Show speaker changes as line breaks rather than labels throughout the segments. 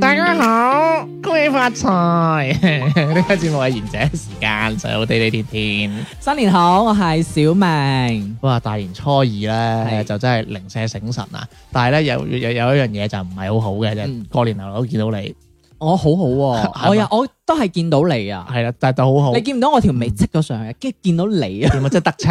大家好，恭喜發財！ 呢個節目係賢者時間，細佬地地天天。
新年好，我係小明。
哇！大年初二咧
係
就真係零舍醒神啊！但係咧有有有一樣嘢就唔係好好嘅，就
嗯
係過年流流見到你
我好哦好 喎、
係嘛
我又哎我都係見到你啊！
係啦，但係就好好
你，見唔到我條眉積咗上去，跟住見到你啊，
點啊？即係得戚。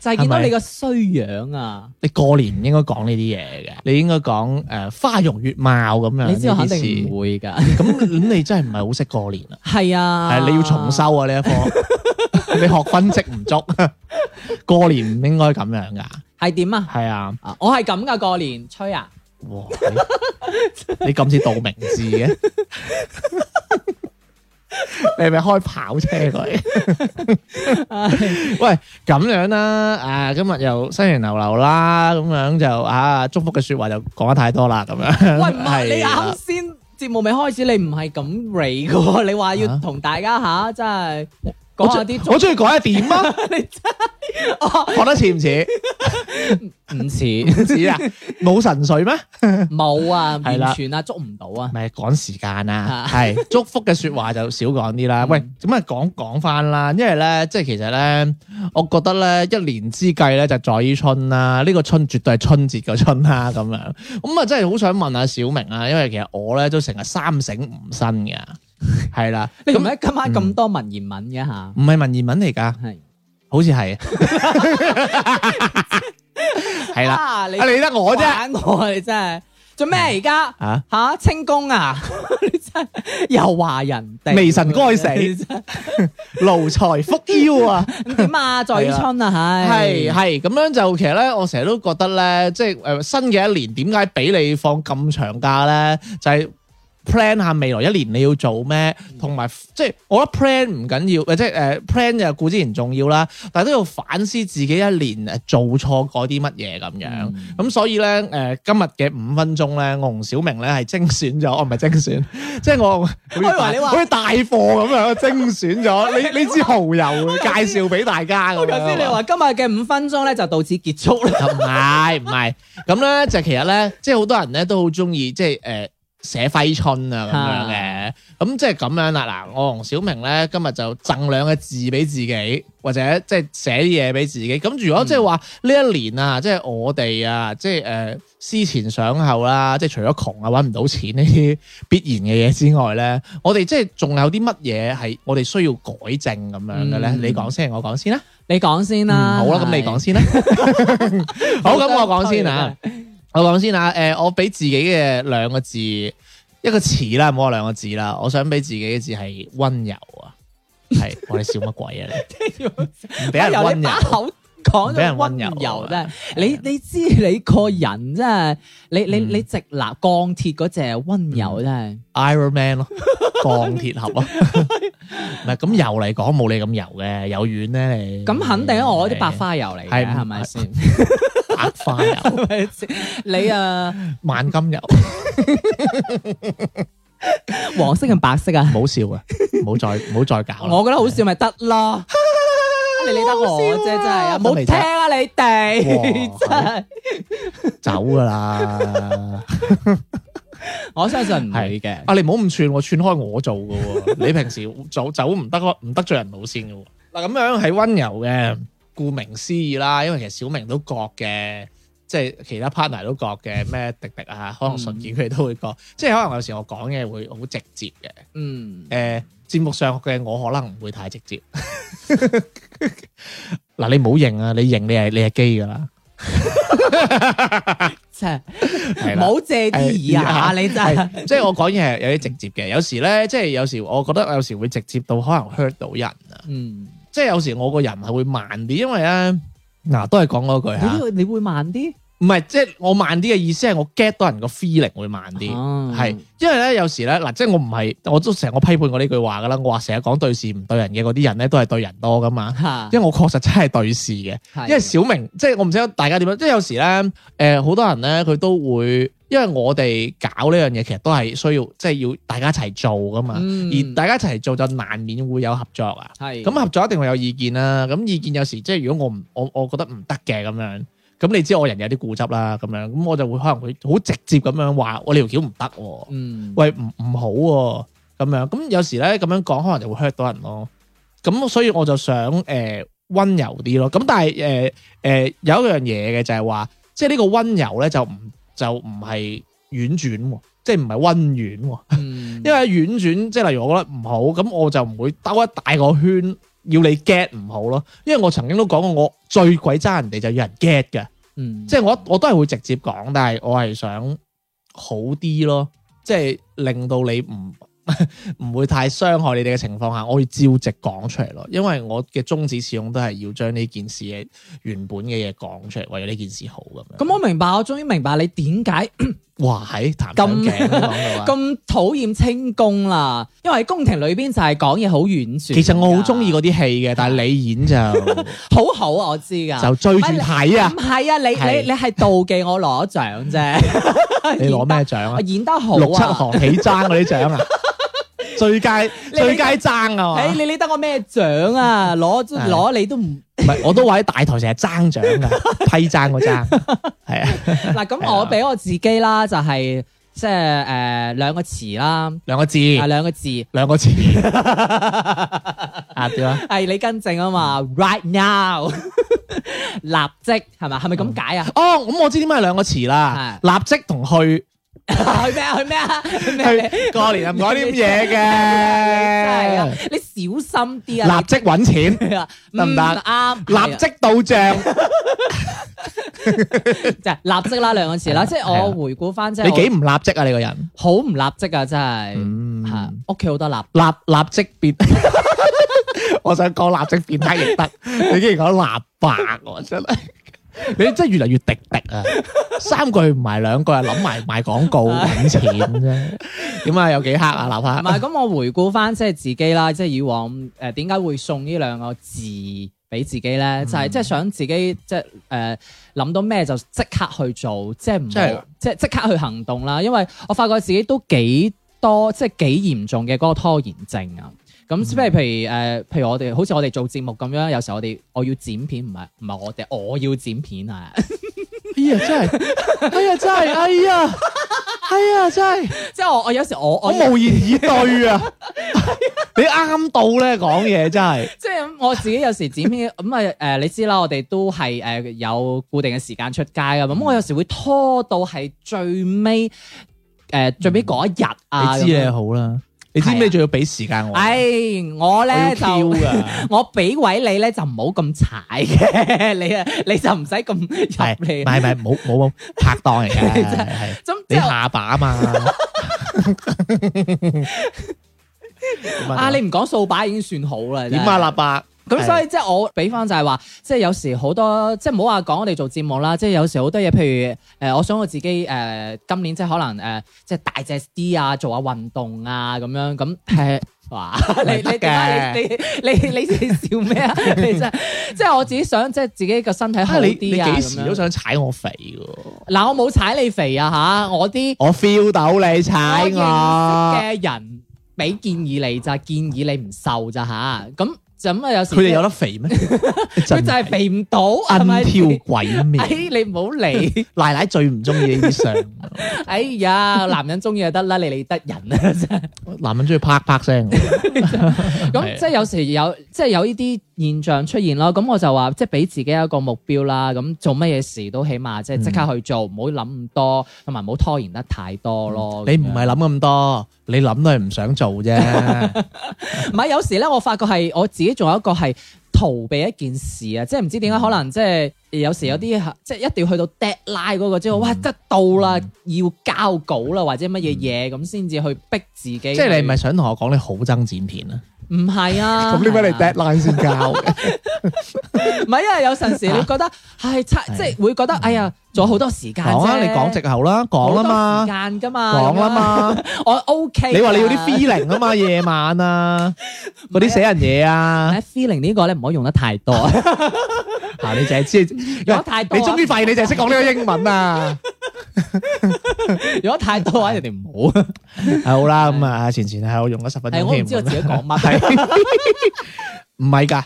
就係見到
係咪
你個衰樣啊！
你過年唔應該講呢啲嘢嘅，你應該講誒花容月貌咁樣。
你知我肯定
事。
唔會㗎。
咁咁你真係唔係好識過年啊！
係啊，
係你要重修啊 呢一科，你學分積唔足，過年唔應該咁樣噶，
係點啊？
係啊，
啊我係咁㗎，過年吹 啊！
哇，你你咁似道明寺嘅， 你係咪開跑車佢？喂，咁樣啦，啊，今日又新年流流啦，咁樣就啊，祝福嘅說話就講得太多啦，咁樣。
喂，唔
啊
係你
啦
啱先節目未開始，你唔係咁嚟嘅喎，你話要
啊
同大家吓，真係
我
講下
中
啲
我中意講一點 啊，
哦
講得似唔似？
唔似
唔似啊，冇神髓咩？
冇啊，
係啦
完全啊捉唔到啊，
咪趕時間啊
啊，嗯
係祝福嘅説話就少講啲啦。喂，咁啊講講翻啦，因為咧，即係其實咧，我覺得咧，一年之計咧就在於春啦。呢個春絕對係春節嘅春啦，咁樣。咁啊，真係好想問下小明啊，因為其實我咧都成日三省吾身嘅，係啦。
你唔
咁嗯
係今晚咁多文言文嘅吓，
唔係文言文嚟㗎，
係
好似 係，係啦。
啦，你
啊，理得我啫，
玩我啊你真係做咩而家
啊，
吓清宮啊？ 你真係又話人哋
微臣該死
你真係
奴才福腰啊！
咁點啊？在於春啊，
係
係
係咁樣就其實咧，我成日都覺得咧，即係誒、呃新嘅一年點解俾你放咁長假咧？就係、plan 下未來一年你要做咩，同埋即係我覺得 plan 唔緊要，或者誒 plan 就固之然重要啦，但係都要反思自己一年誒做錯過啲乜嘢咁樣。咁、
嗯
所以咧誒、呃今日嘅五分鐘咧，我同小明咧係精選咗，我哦唔係精選， 即係 我我
以為你話
好似大貨咁樣精選咗呢呢支蠔油介紹俾大家咁
我
樣。啊
頭先你話今日嘅五分鐘咧就到此結束啦。
唔 係唔係，咁咧就其實咧，即係好多人咧都好中意即係誒寫揮春啊咁樣嘅，咁即係咁樣啦。嗱，我同小明咧今日就贈兩個字俾自己，或者即係寫啲嘢俾自己。咁如
嗯
果即係話呢一年啊，即係我哋啊，即係誒、呃思前想後啦，即係除咗窮啊揾唔到錢呢啲必然嘅嘢之外咧，我哋即係仲有啲乜嘢係我哋需要改正咁樣嘅咧？
嗯
你講先，我講先啦。
你講先
嗯
啦，
好啦，咁你講先啦。 好，咁我講先啊，我講先啊。誒，我俾自己嘅兩個字，一個詞啦，唔好話兩個字啦。我想俾自己嘅字係温柔啊。 係，我哋笑乜鬼啊？
係。
你唔俾人
由
温
你
柔
把，口講
俾人
咗
温
温
柔
柔
啊
真係，你你知你個人真係，你你
嗯
你直男鋼鐵嗰隻温柔真係，
Iron Man 咯，鋼鐵俠咯。 唔係咁油嚟講，冇你咁油嘅，有軟咧你。
咁肯定啊我啲白花油嚟
係
嘅，係咪 先？
白花油、
係咪先你啊，
萬金油，
黃色定白色
唔
啊？
好笑啊！唔好再唔好再搞啦。
我覺得好笑咪得咯， 你理得我啫，真係啊！唔好聽啊你哋，真
哇
係
走噶啦。
我相信唔會嘅。
啊！你唔好咁串喎，串開我做嘅喎。你平時走走唔得唔得罪人路線嘅喎。嗱，咁樣係温柔嘅，顧名思義啦。因為其實小明都覺嘅，即係其他 partner 都覺嘅，咩迪迪啊，可能純健佢哋都會覺。即係可能有時我講嘢會好直接 嘅。誒、
嗯，
節目上嘅我可能唔會太直接。嗱，你唔好認啊！你認你係你係基㗎啦，
真係
係
唔
啦。
好借啲意啊！你真係。
係即係我講嘢係有啲直接嘅，有時咧，即係有時我覺得有時會直接到可能 hurt 到人啊。
嗯，
即係有時我個人係會慢啲，因為咧嗱都係講嗰句
你呢
嚇，
個你會慢啲，
唔係即係我慢啲嘅意思係我 get 到人個 feeling 會慢啲。
啊
係，因為咧有時咧嗱，即係我唔係，我都成日我批判過呢句話噶啦，我話成日講對事唔對人嘅嗰啲人咧，都係對人多噶嘛，
嚇，
因為我確實真係對事嘅，因為小明即係我唔知大家點樣，即係有時咧，誒、好多人咧佢都會，因為我哋搞呢樣嘢其實都係需要，即係要大家一齊做噶嘛，
嗯
而大家一齊做就難免會有合作啊，
係
咁合作一定會有意見啦，咁意見有時即係如果我唔我我覺得唔得嘅咁樣。咁你知我人有啲固執啦，咁樣咁我就會可能會好直接咁樣話我呢條橋唔得喎，
嗯
喂唔唔好喎、咁樣咁有時咧咁樣講，可能就會 hurt 到人咯。咁所以我就想誒、呃、温柔啲咯。咁但係誒誒有一樣嘢嘅就係話，即係呢個温柔咧就唔就唔係婉轉喎，即係唔係温軟喎。
嗯
因為婉轉，即係例如我覺得唔好，咁我就唔會兜一大個圈要你 get 唔好咯。因為我曾經都講過，我最鬼憎人哋就要人 get 嘅。
嗯
即係我我都係會直接講，但係我係想好啲咯，即係令到你唔 唔會太傷害你哋嘅情況下，我要照直講出嚟咯。因為我嘅宗旨始終都係要將呢件事嘅原本嘅嘢講出嚟，為咗呢件事好咁樣。
咁我明白，我終於明白你點解
啊哇，喺談緊頸講到啊！
咁討厭清宮啦，因為喺宮廷裏邊就係講嘢好婉轉㗎。
其實我好中意嗰啲戲嘅，但
啊
係你演就
好好啊，我知㗎。
就追住睇啊！
唔係啊，你
係
你你係妒忌我攞獎啫。
你攞咩獎啊
我？演得好
六七
啊！
行起爭嗰啲獎 啊！最佳最佳爭啊！
誒，你你得我咩獎啊？攞
係
攞你都 唔
唔係，我都話喺大台成日爭獎 噶，批爭嗰爭，係啊，
嗱
係
咁，
啊
我俾我自己啦，就係即係誒兩個詞啦，
兩個字，
啊兩個字
兩 個字，啊點啊？
係你更正啊嘛，right now 立即係咪？係咪咁解啊？
哦，咁我知點解係兩個詞啦，立即同去嗯
去咩啊？去咩啊？去咩啊？
去過年啊，唔講啲咁嘢
真係啊
嘅，
你小心啲啊！
立即揾錢，
你啊
得唔得
啱，係
立
啊
即到賬，
就係立即啦兩個字
係啊
啦，即
係啊
係我回顧翻即係
你
我
幾唔立即啊？你個人，
好唔立即啊！真係係
嗯，
屋企好多立
立立即變， 我想講立即變態亦得，你竟然講立白喎，真係。你真係越嚟越滴滴啊！三句唔埋兩句啊，諗埋賣廣 告揾錢啫。點啊？有幾黑啊？立
唔
黑
係咁，我回顧翻即係自己啦，即係以往誒點解會送呢兩個字俾自己咧？
嗯
就係即係想自己即係誒諗到咩就即刻去做，即係
真
唔
係
好即係即刻去行動啦。因為我發覺自己都幾多即係幾嚴重嘅嗰個拖延症啊。
嗯
咁即係譬如誒、呃譬如我哋好似我哋做節目咁樣，有時候我哋我要剪片，唔係唔係我哋，我要剪片啊！
哎呀！真係，哎呀！真係，哎呀！哎呀！真係，
即係我我有時我
我
我
無言以對啊！你啱到咧講嘢真係，
即係咁，我自己有時剪 片咁啊誒，你知啦，我哋都係誒、有固定嘅時間出街噶嘛，
嗯
咁我有時會拖到係最尾誒、最尾嗰一日啊。
你知你
咁樣
好啦，你知唔知你仲要俾時間我？啊
唉，我
我
咧
要 Q
就
㗎。
我俾位你咧就唔好咁踩嘅， 你啊你就唔使咁入
係，
嚟。
唔係唔係，冇冇冇拍檔嚟 嘅，係
咁
你啊
之後
下把嘛。點
啊，你唔講掃把已經算好啦。
點
真係
啊，立白？
咁所以即係我俾翻就係話，即係有時好多即係唔好話講我哋做節目啦，即係有時好多嘢，譬如誒、呃我想我自己誒、呃今年即係可能誒、呃即係大隻啲啊，做下運動啊咁樣咁誒。 哇！你你
得嘅
點解你你你你你笑咩 啊？你真係即係我自己想，即係自己個身體
啊
好
你你
啲啊！
幾
咁
時都
樣
想踩我肥嘅，
嗱，我冇踩你肥啊吓，我啲
我 feel 到你踩
我
我。
認識嘅人俾建議你咋，建議你唔瘦咋吓，咁就咁啊有時
佢哋有得肥 咩？
佢
佢
就係肥唔到，係咪
真
先
挑？鬼
哎，
面，
你唔好理，
奶奶最唔中意呢啲相。
哎呀，男人中意就得啦，你理得人 啊，真係。
男人中意啪啪 聲，係啊
咁即係有時有，即係有呢啲現象出現咯。咁我就話，即係俾自己一個目標啦。咁做乜嘢事都起碼即係即刻去做，唔好諗咁多，同埋唔好拖延得太多咯。
嗯你唔
咁
係
樣
諗咁多，你諗都係唔想做 啫。
哎唔係有時咧，我發覺係我自己仲有一個係逃避一件事啊，即係唔知
嗯
點解可能即係有時有啲即係一定要去到 deadline 嗰個
嗯
之後，哇，得到啦，要交稿啦，或者乜嘢嘢咁先至去逼自己。
即係你係咪想同我講你好憎剪片啊？
唔係 啊，
咁點解你
係啊
deadline 先交 嘅？
唔係啊，有陣時你覺得係差，
係嗯
即係會覺得哎呀，仲有好多時間
講啊，
啫
你講直頭啦，講啦
好
嘛
多，時間㗎啊嘛，
講啦嘛。
咁樣，我 OK 㗎。
你話你要啲 feeling 啊嘛， 夜晚啊，嗰啲死人嘢啊，
但係 feeling 呢個咧唔可以用得 太多，
嗱啊你就係知，
有太多啊
你終於發現你就係識講呢個英文 啊，
如果太多嘅話，人哋唔好。
好啦，咁啊，前前係我用咗十分
係
鐘
我唔
添，
知我自己講乜
係唔係㗎？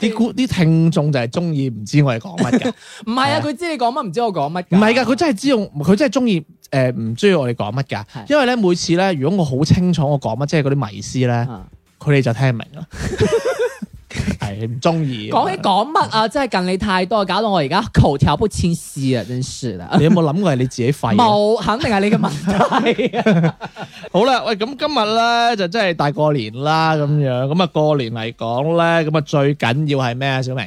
啲估啲聽眾就係中意唔知我哋講乜㗎，
唔係啊，佢知你講乜，唔知我講乜㗎。
唔係㗎，佢真係知用，佢真係中意誒唔中意我哋講乜㗎，
係
因為咧每次咧，如果我好清楚我講乜，即係嗰啲迷思咧，
啊
佢哋就聽唔明 啦，係唔中意。
講起講乜啊，真係近你太多，搞到我而家口條不清晰啊，真是啦。
你有冇諗過係你自己廢啊？
冇，肯定係你嘅問題 啊。
好啦，喂，咁今日咧就真係大過年啦，咁樣咁啊過年嚟講咧，咁啊最緊要係咩啊？小明，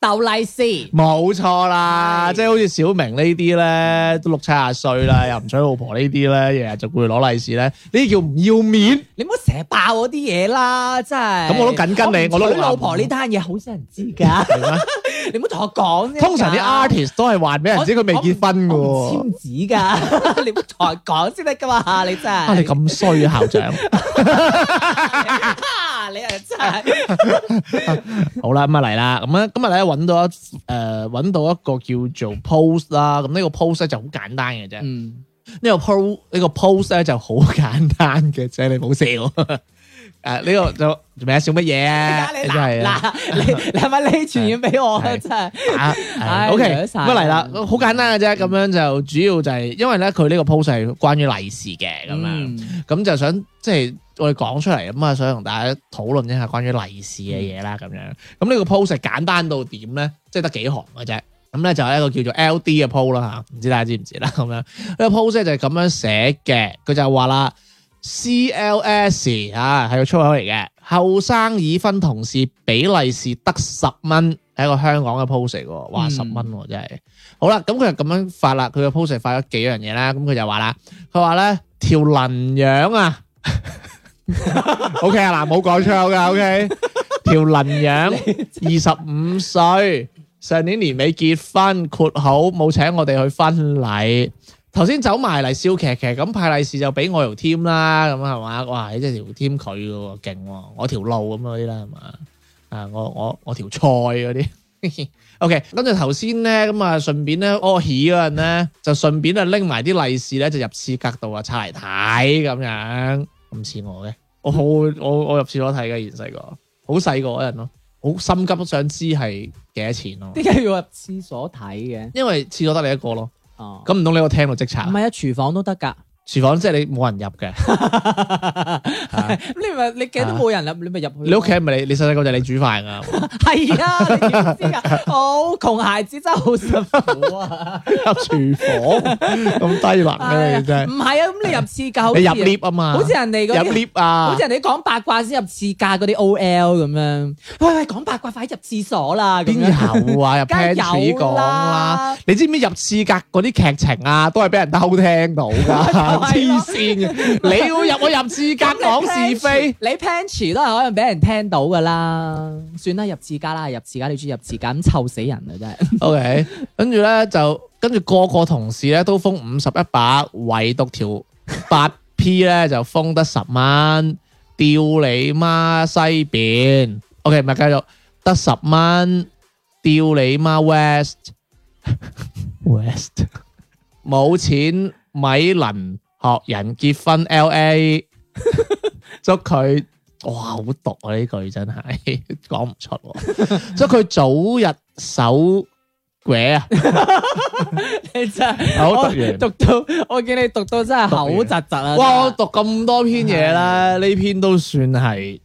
鬥利是。
冇錯啦，
係
即係好似小明呢啲咧都六七廿歲啦，又唔娶老婆呢啲咧，日日就攰攞利是咧，呢啲叫唔要面。
你唔好成日爆我啲嘢啦，真係。
咁我都緊跟你
唔娶
我都話
老婆呢單嘢好少人知㗎，
係咩
你唔好同我講啫。
通常啲 artist 都係話俾人知佢未結婚噶
我唔
喎。
簽字㗎，你 唔好同我講先得㗎嘛，你真係。
啊！你咁衰啊，校長。
啊 你又真係。
好啦，咁啊嚟啦，咁啊今日咧揾到一誒揾、到一個叫做 post 啦，咁呢個 post 咧就好簡單嘅啫。
嗯，
呢個 pro 呢個 post 咧就好簡單嘅啫，你冇笑。 誒呢個就做咩啊笑乜嘢啊？
你
你真係啊
嗱，你你係咪匿傳染俾我啊？
係
真係。
啊
唉
！OK，
唔該
咁
晒
啊嚟啦，好簡單嘅啫。咁樣就主要就係因為咧，佢呢個 post 係關於利是嘅咁啊樣，
嗯。
咁就想即係我哋講出嚟咁啊，想同大家討論一下關於利是嘅嘢啦。咁樣咁呢個 post 係簡單到點咧？即係得幾行嘅啫。咁咧就係一個叫做 LD 嘅 post 啦嚇，唔知大家知唔知啦咁樣。呢個 post 咧就係咁樣寫嘅，佢就話啦，CLS 啊係個粗口嚟嘅，後生已婚同事比利是得十蚊，係一個香港嘅 post 嚟喎，哇
嗯
十蚊喎真係。好啦，咁佢就咁樣發啦，佢嘅 post 係發咗幾樣嘢啦，咁佢就話啦，佢話咧條撚樣啊 ，OK 啊嗱，冇講錯噶，OK，條撚樣 二十五歲。上年年尾結婚，括號冇請我哋去婚禮。頭先走埋嚟笑騎騎咁派利是就俾我條 team 啦，咁係嘛？哇！你真係條 team 佢嘅喎，勁喎！我條路咁嗰啲啦，係嘛？啊，我我我條菜嗰啲。OK，跟住頭先咧，咁啊順便咧，屙起嗰陣咧，就順便啊拎埋啲利是咧，就入廁格度啊拆嚟睇咁樣，咁似我嘅。我好我我入廁所睇嘅，以前細個，好細個嗰陣咯，好心急想知係幾多錢咯。
點解要入廁所睇嘅？
因為廁所得你一個咯，
哦，
咁唔通你個廳度即拆
唔？係啊，廚房都得㗎。
廚房即係你冇人入嘅，啊
你咪你記得冇人啦，你咪入去咯。
你屋企係咪你你細細個就係你煮飯啊？
係啊，你點知 啊？好窮孩子真係好辛苦啊！
入廚房咁低能
唉
嘅你真係，
唔哎係啊，咁你入廁格好似
你入 lift 啊嘛，
好似人哋
入
嗰啲。
lift 啊，
好似人哋講八卦先入廁格嗰啲 O L 咁樣，喂喂，講八卦快啲入廁所啦咁
邊
樣，
有啊？ 入
梗
pantry
係有
講啦
啦，
你知唔知入刺格嗰啲劇情啊，都係俾人偷聽到 噶，
係
黐
咯
線嘅！你要入我入刺格講是非，
你 pantry 都係可能俾人聽到噶啦，算啦，入廁格啦，入廁格你中意入廁格咁臭死人啊真係。
OK，跟住咧就跟住個個同事咧都封五十一百，唯獨條八 P 咧就封得十蚊，吊你媽西邊。OK，咪繼續得十蚊，吊你媽 West West，冇錢米能學人結婚 LA，祝佢哇好毒啊！呢句真係 講唔出喎。祝佢早日手搲啊！
你 真係
好
我
讀完
讀到我見你讀到真係口窒窒啊！
哇，我
真係
讀咁多篇嘢
啊
咧，呢篇都算係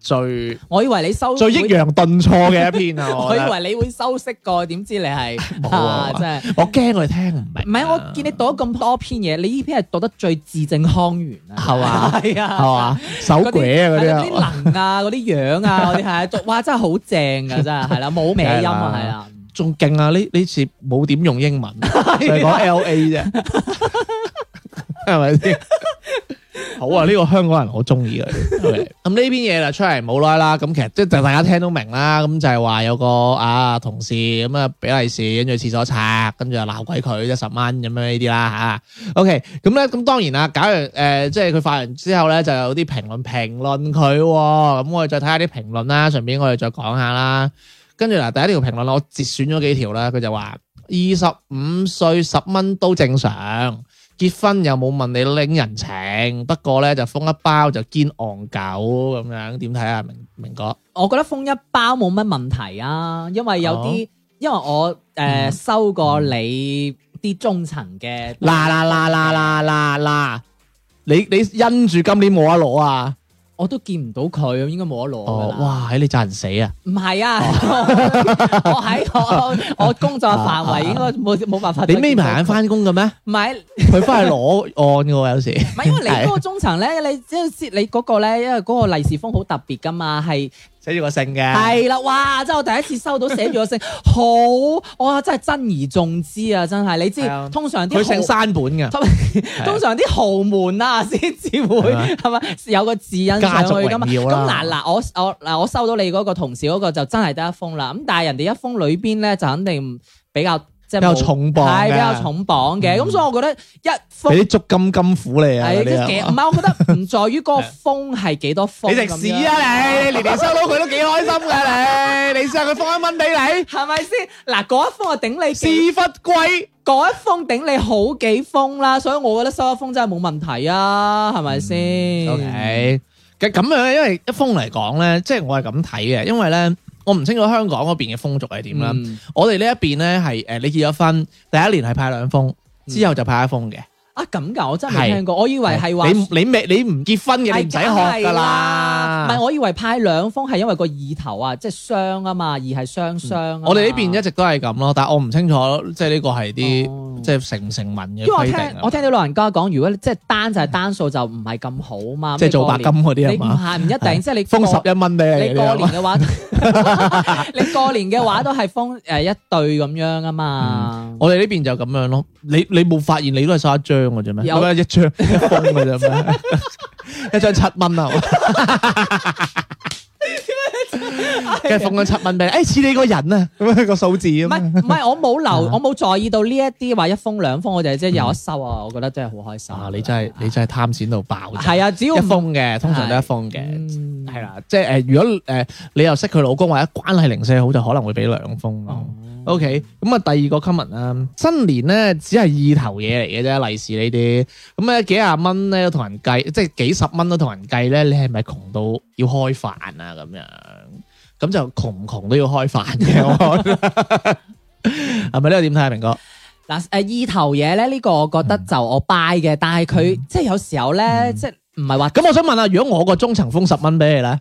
最
我以為你收
最抑揚啊頓挫嘅一篇啊！
我
我
以
覺得
為你會修飾過，點知你係
冇啊
啊真係。
我驚佢聽唔明啊。
唔係，我見你讀咗咁多篇嘢，你呢篇係讀得最字正腔圓啊！
係嘛
係
係
啊，
嘛手
嗰啲
搲啊嗰
係啦
啲啊，
啲能啊，嗰啲樣啊，嗰啲係讀，哇，真係好正啊噶，真係係啦，冇咩音啊，係啦。
仲勁啊！呢呢次冇點用英 文，就係講 L A 啫，係咪先？好啊！呢個香港人好中意佢。OK，咁 呢篇嘢就出嚟冇耐啦。咁其實即係 大家聽都明啦。咁就係話有個啊同事咁啊俾利是，跟住去廁所拆，跟住就鬧鬼佢一十蚊咁樣呢啲啦吓。OK，咁咧咁當然啦，搞完誒即係佢發完之後咧，就有啲評論評論佢喎。咁我哋再睇下啲評論啦，順便我哋再講下啦。跟住嗱，第一條評論啦我截選咗幾條啦，佢就話二十五歲十蚊都正常。結婚又冇問你拎人情，不過咧就封一包就堅昂狗咁樣，點睇啊？明明哥，
我覺得封一包冇乜問題啊，因為有
哦
啲，因為我誒、呃
嗯
收過你啲中層嘅
嗱嗱嗱嗱嗱嗱嗱，你你因住今年冇得攞啊！
我都見唔到佢，應該冇得攞㗎
哦
啦，
哇，哦喺你賺人死啊！
唔係啊， 我喺我我工作範圍應該冇冇辦法。
啊你眯埋眼，翻工嘅咩？
唔係
佢翻去攞案嘅喎，有時
唔係，因為你嗰個中層咧，你即係知你嗰個咧，因為嗰個利是封好特別噶嘛，係
寫住個姓嘅，
係啦，哇！真係我第一次收到寫住個姓，好，我真係珍而重之啊！真係，你知
係啊
通常啲
佢姓
豪
山本嘅，係
通常啲豪門啊，先至會
係
係咪有個字印
家
上
族
去噶嘛？
榮
咁
耀啦
嗱嗱，我我嗱我收到你嗰個同事嗰個就真係得一封啦。咁但係人哋一封裏邊咧就肯定比較即係
比較
冇
重磅嘅
係比較重磅嘅。咁
嗯
所以我覺得一封
俾啲足金金虎你啊！
係
嗰
即
啲
係幾唔係？我覺得唔在於嗰個封係幾多封
你
咁樣。
食屎啊！你 年年收到佢都幾開心㗎你，你試下佢封一蚊俾你，
係咪先？嗱，嗰一封我頂你幾
屎忽貴。
嗰一封頂你好幾封啦，所以我覺得收一封真係冇問題啊，
嗯
係咪先
O K，咁咁樣，因為一封嚟講咧，即係我係咁睇嘅，因為咧，我唔清楚香港嗰邊嘅風俗係點啦。
嗯
我哋呢一邊咧係誒，你結咗婚第一年係派兩封，
嗯
之後就派一封嘅。
啊咁㗎，我真係未聽過，我以為係話
你你未你唔結婚嘅，你唔使學㗎啦
唔。係，我以為派兩封係因為個意頭啊，即係雙啊嘛，而係雙雙啊嘛。
我哋呢邊一直都係咁咯，但係我唔清楚，即係呢個係
哦
啲即係成唔成文嘅
因為我
規
聽
定
我
啊，
聽到老人家講，如果即係單就係單數就唔係咁好啊嘛。
即係做白
咩過
金
年
嗰啲係
你唔
嘛？
係唔一定，即係你
封
過
十一蚊俾
你
你，
過
係嘛
年嘅話， 你過年嘅話都係封誒一對咁樣啊嘛。
我哋呢邊就咁樣咯。你你冇發現你都係收一張嘅啫咩？
有啊
咁樣一張 一封嘅啫 咩？一張七蚊啊！跟住封咗七蚊俾你，誒似你個人啊，咁樣個數字
唔
咁
係
樣。
唔係，我冇 留，
啊
我冇在意到呢一啲話一封兩封，我就係即係有一收啊！我覺得真係好開心。
啊！你真係你真係貪錢到爆炸！
係啊，只要
一
唔
封嘅，通常都一封嘅，
嗯
係啊啦。即係誒，呃如果誒你又識佢老公或者關係零舍好，就可能會俾兩封
哦
咯。O K，咁啊第二個 comment 啦，新年咧只係意頭嘢嚟嘅啫，利是呢啲，咁咧幾廿蚊咧都同人計，即係幾十蚊都同人計咧，你係咪窮到要開飯啊咁樣？咁就窮唔窮都要開飯嘅，我覺得係咪呢個點睇啊，明哥？
嗱誒意頭嘢咧，呢個我覺得
嗯
就我 buy 嘅，但係佢即係有時候咧，即係唔係話
咁我想問下，如果我個中層封十蚊俾你咧，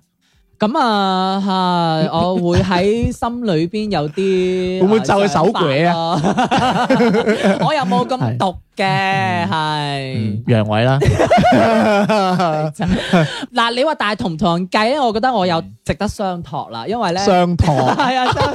咁啊嚇，我會喺心裏邊有啲
會唔會咒佢手攰
啊？ 我又冇咁毒嘅，係
嗯，陽痿 啦，
嗱，你話但係同唔同人計咧？我覺得
嗯
我又值得商榷啦，因為咧
雙托。
係啊，商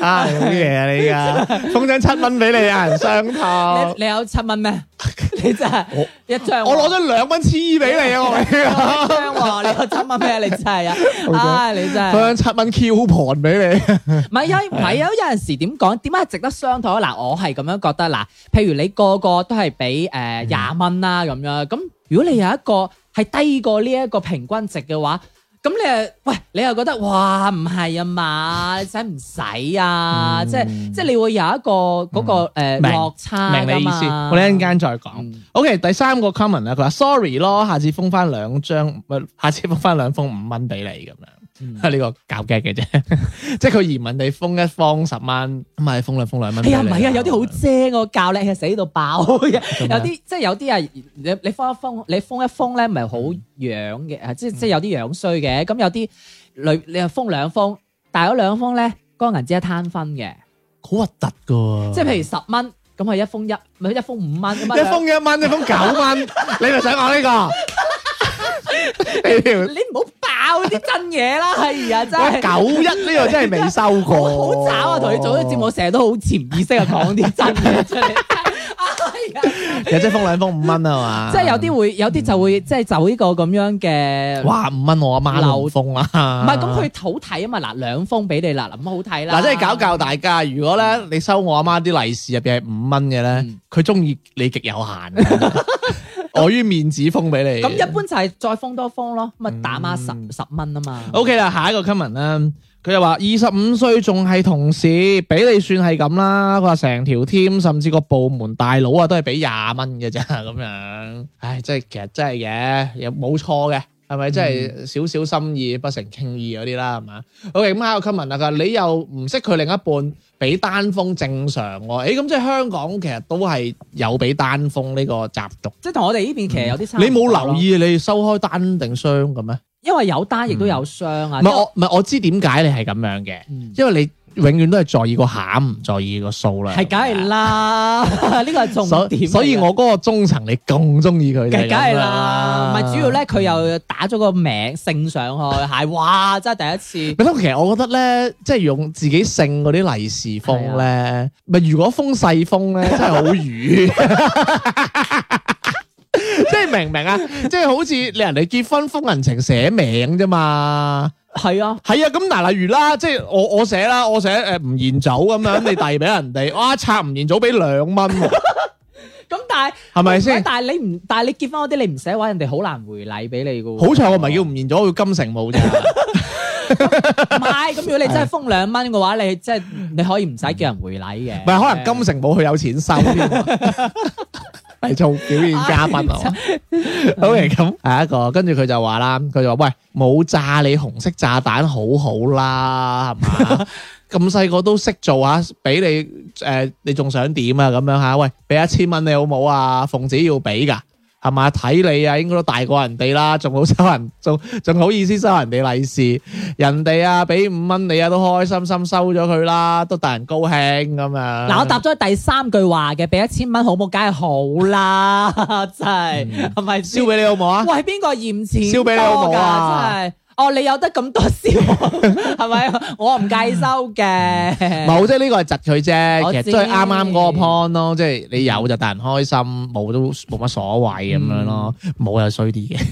啊，好嘢啊你 噶，封張七蚊俾你啊，人雙套。
你你有七蚊咩？ 你真係
我
一張喎，
我攞咗兩蚊黐俾你啊，我你啊，
一張喎，你有七蚊咩？你真 係啊，唉，你真係
封。張七蚊 coupon 俾你。
唔係有唔係有有陣時點講？點解係值得商討？嗱，我係咁樣覺得嗱，譬如你個個都係俾誒廿蚊啦咁樣，咁如果你有一個係低過呢一個平均值嘅話，咁你誒喂你又覺得哇唔係啊嘛，使唔使啊？
嗯
即係即係你會有一個嗰個誒
明
落差㗎嘛
明你意思，我哋一陣間再講。
嗯
OK，第三個 comment 咧，佢話 sorry 咯，下次封翻兩張，唔係下次封翻兩封五蚊俾你咁
嗯
樣。呢個搞 g 嘅啫， 即係佢移民你封一封十蚊，咁咪封兩封兩蚊
哎
俾你。
呀，唔係啊，有啲好精我教你係死到爆 嘅，
咩
有啲即係有啲啊，你你封一封，你封一封咧，唔係好樣嘅，啊即係即係有啲樣衰嘅，咁有啲你你又封兩封，但係嗰兩封咧，嗰個銀紙係攤分嘅，
哦好核突噶。
即係譬如十蚊，咁係一封一，咪一封五蚊咁啊
一
樣。
封一蚊，一封九蚊， 你咪想講呢個？你條
你唔好爆啲真 嘢啦，係啊，真係。
九一呢個真係未收過，
好好渣啊！同你做呢個節目，成日都好潛意識啊，講啲真嘢出嚟。哎
有即封兩封五蚊啊嘛，
即係有啲會，有啲就會即係就呢個咁樣嘅。
嗯哇五蚊我阿媽漏封啦，
唔係咁，佢好睇啊嘛！嗱，兩封俾你啦，嗱咁好睇啦。
嗱，即係搞教大家，如果咧你收我阿媽啲利是入邊係五蚊嘅咧
嗯，
佢中意你極有限， 礙於面子封俾你。
咁一般就係再封多封咯，咁啊打孖十
嗯
十蚊啊嘛。
O K 啦，下一個 comment 啦，佢就話二十五歲仲係同事，俾你算係咁啦。佢話成條 team 甚至個部門大佬啊，都係俾廿蚊嘅啫 咁樣。唉，真係其實真係嘅，又冇錯嘅。係咪真係少少心意不成敬意嗰啲啦？係嘛？OK，咁下一個 comment 啊啦，佢話你又唔識佢另一半，俾單封正常喎、誒，咁即係香港其實都係有俾單封呢個習俗。
即係同我哋呢邊其實有啲差。
你冇留？意你收開單定雙嘅咩？
因為有單亦都有雙啊。
唔係我唔係我知點解你係咁樣嘅，
嗯
因為你永遠都係在意個餡，唔在意個數啦。
係梗係啦， 呢個係重
所
點嚟㗎。
所以我嗰個中層你咁中意佢，
梗梗係啦，唔係主要咧，佢又打咗個名 姓上去，係哇！真係第一次
咪其實我覺得咧，即係用自己姓嗰啲利是封
啊
咧，咪如果封細 封咧，真係好瘀。即係明唔明啊？即係好似你人哋結婚封人情寫名啫嘛。
係啊，
係啊，咁嗱，例如啦，即係我我寫啦，我寫誒吳彥祖咁樣，你遞俾人哋，哇，拆吳彥祖俾兩蚊喎，
咁但係
係咪先？
但係你唔，但係你結婚嗰啲你唔寫嘅話，人哋好難回禮俾你噶。
好彩我唔係叫吳彥祖，我叫金城武 啫。
唔係，咁如果你 真係封兩蚊嘅話，你即係你可以唔使叫人回禮嘅。
唔係，可能金城武佢有錢收添，啊 係做表演嘉賓 啊。OK，咁下一個，跟住佢就話啦，佢就話喂，冇炸你紅色炸彈好好啦，係嘛？咁細個都識做啊，俾你誒、你仲想點啊？咁樣嚇，喂，俾一千蚊你好冇啊？奉旨要俾㗎。係嘛？睇你啊，應該都大過人哋啦，仲好收人， 仲仲好意思收人哋利是，人哋啊俾五蚊你啊，都開開心心收咗佢啦，都大人高興咁樣。
嗱，我答咗第三句話嘅，俾一千蚊好冇？梗係好啦， 真係係咪
嗯
先
燒？俾你好唔好啊？
喂，邊個嫌錢
燒俾你好冇啊
多㗎真係，哦，你有得咁多燒，係咪？我唔計收嘅。
冇，即嗯係呢個係窒佢啫，
我
其實
知
都係啱啱嗰個 point 咯，即係你有就大人開心，冇都冇乜所謂咁樣咯，
嗯
冇又衰啲嘅。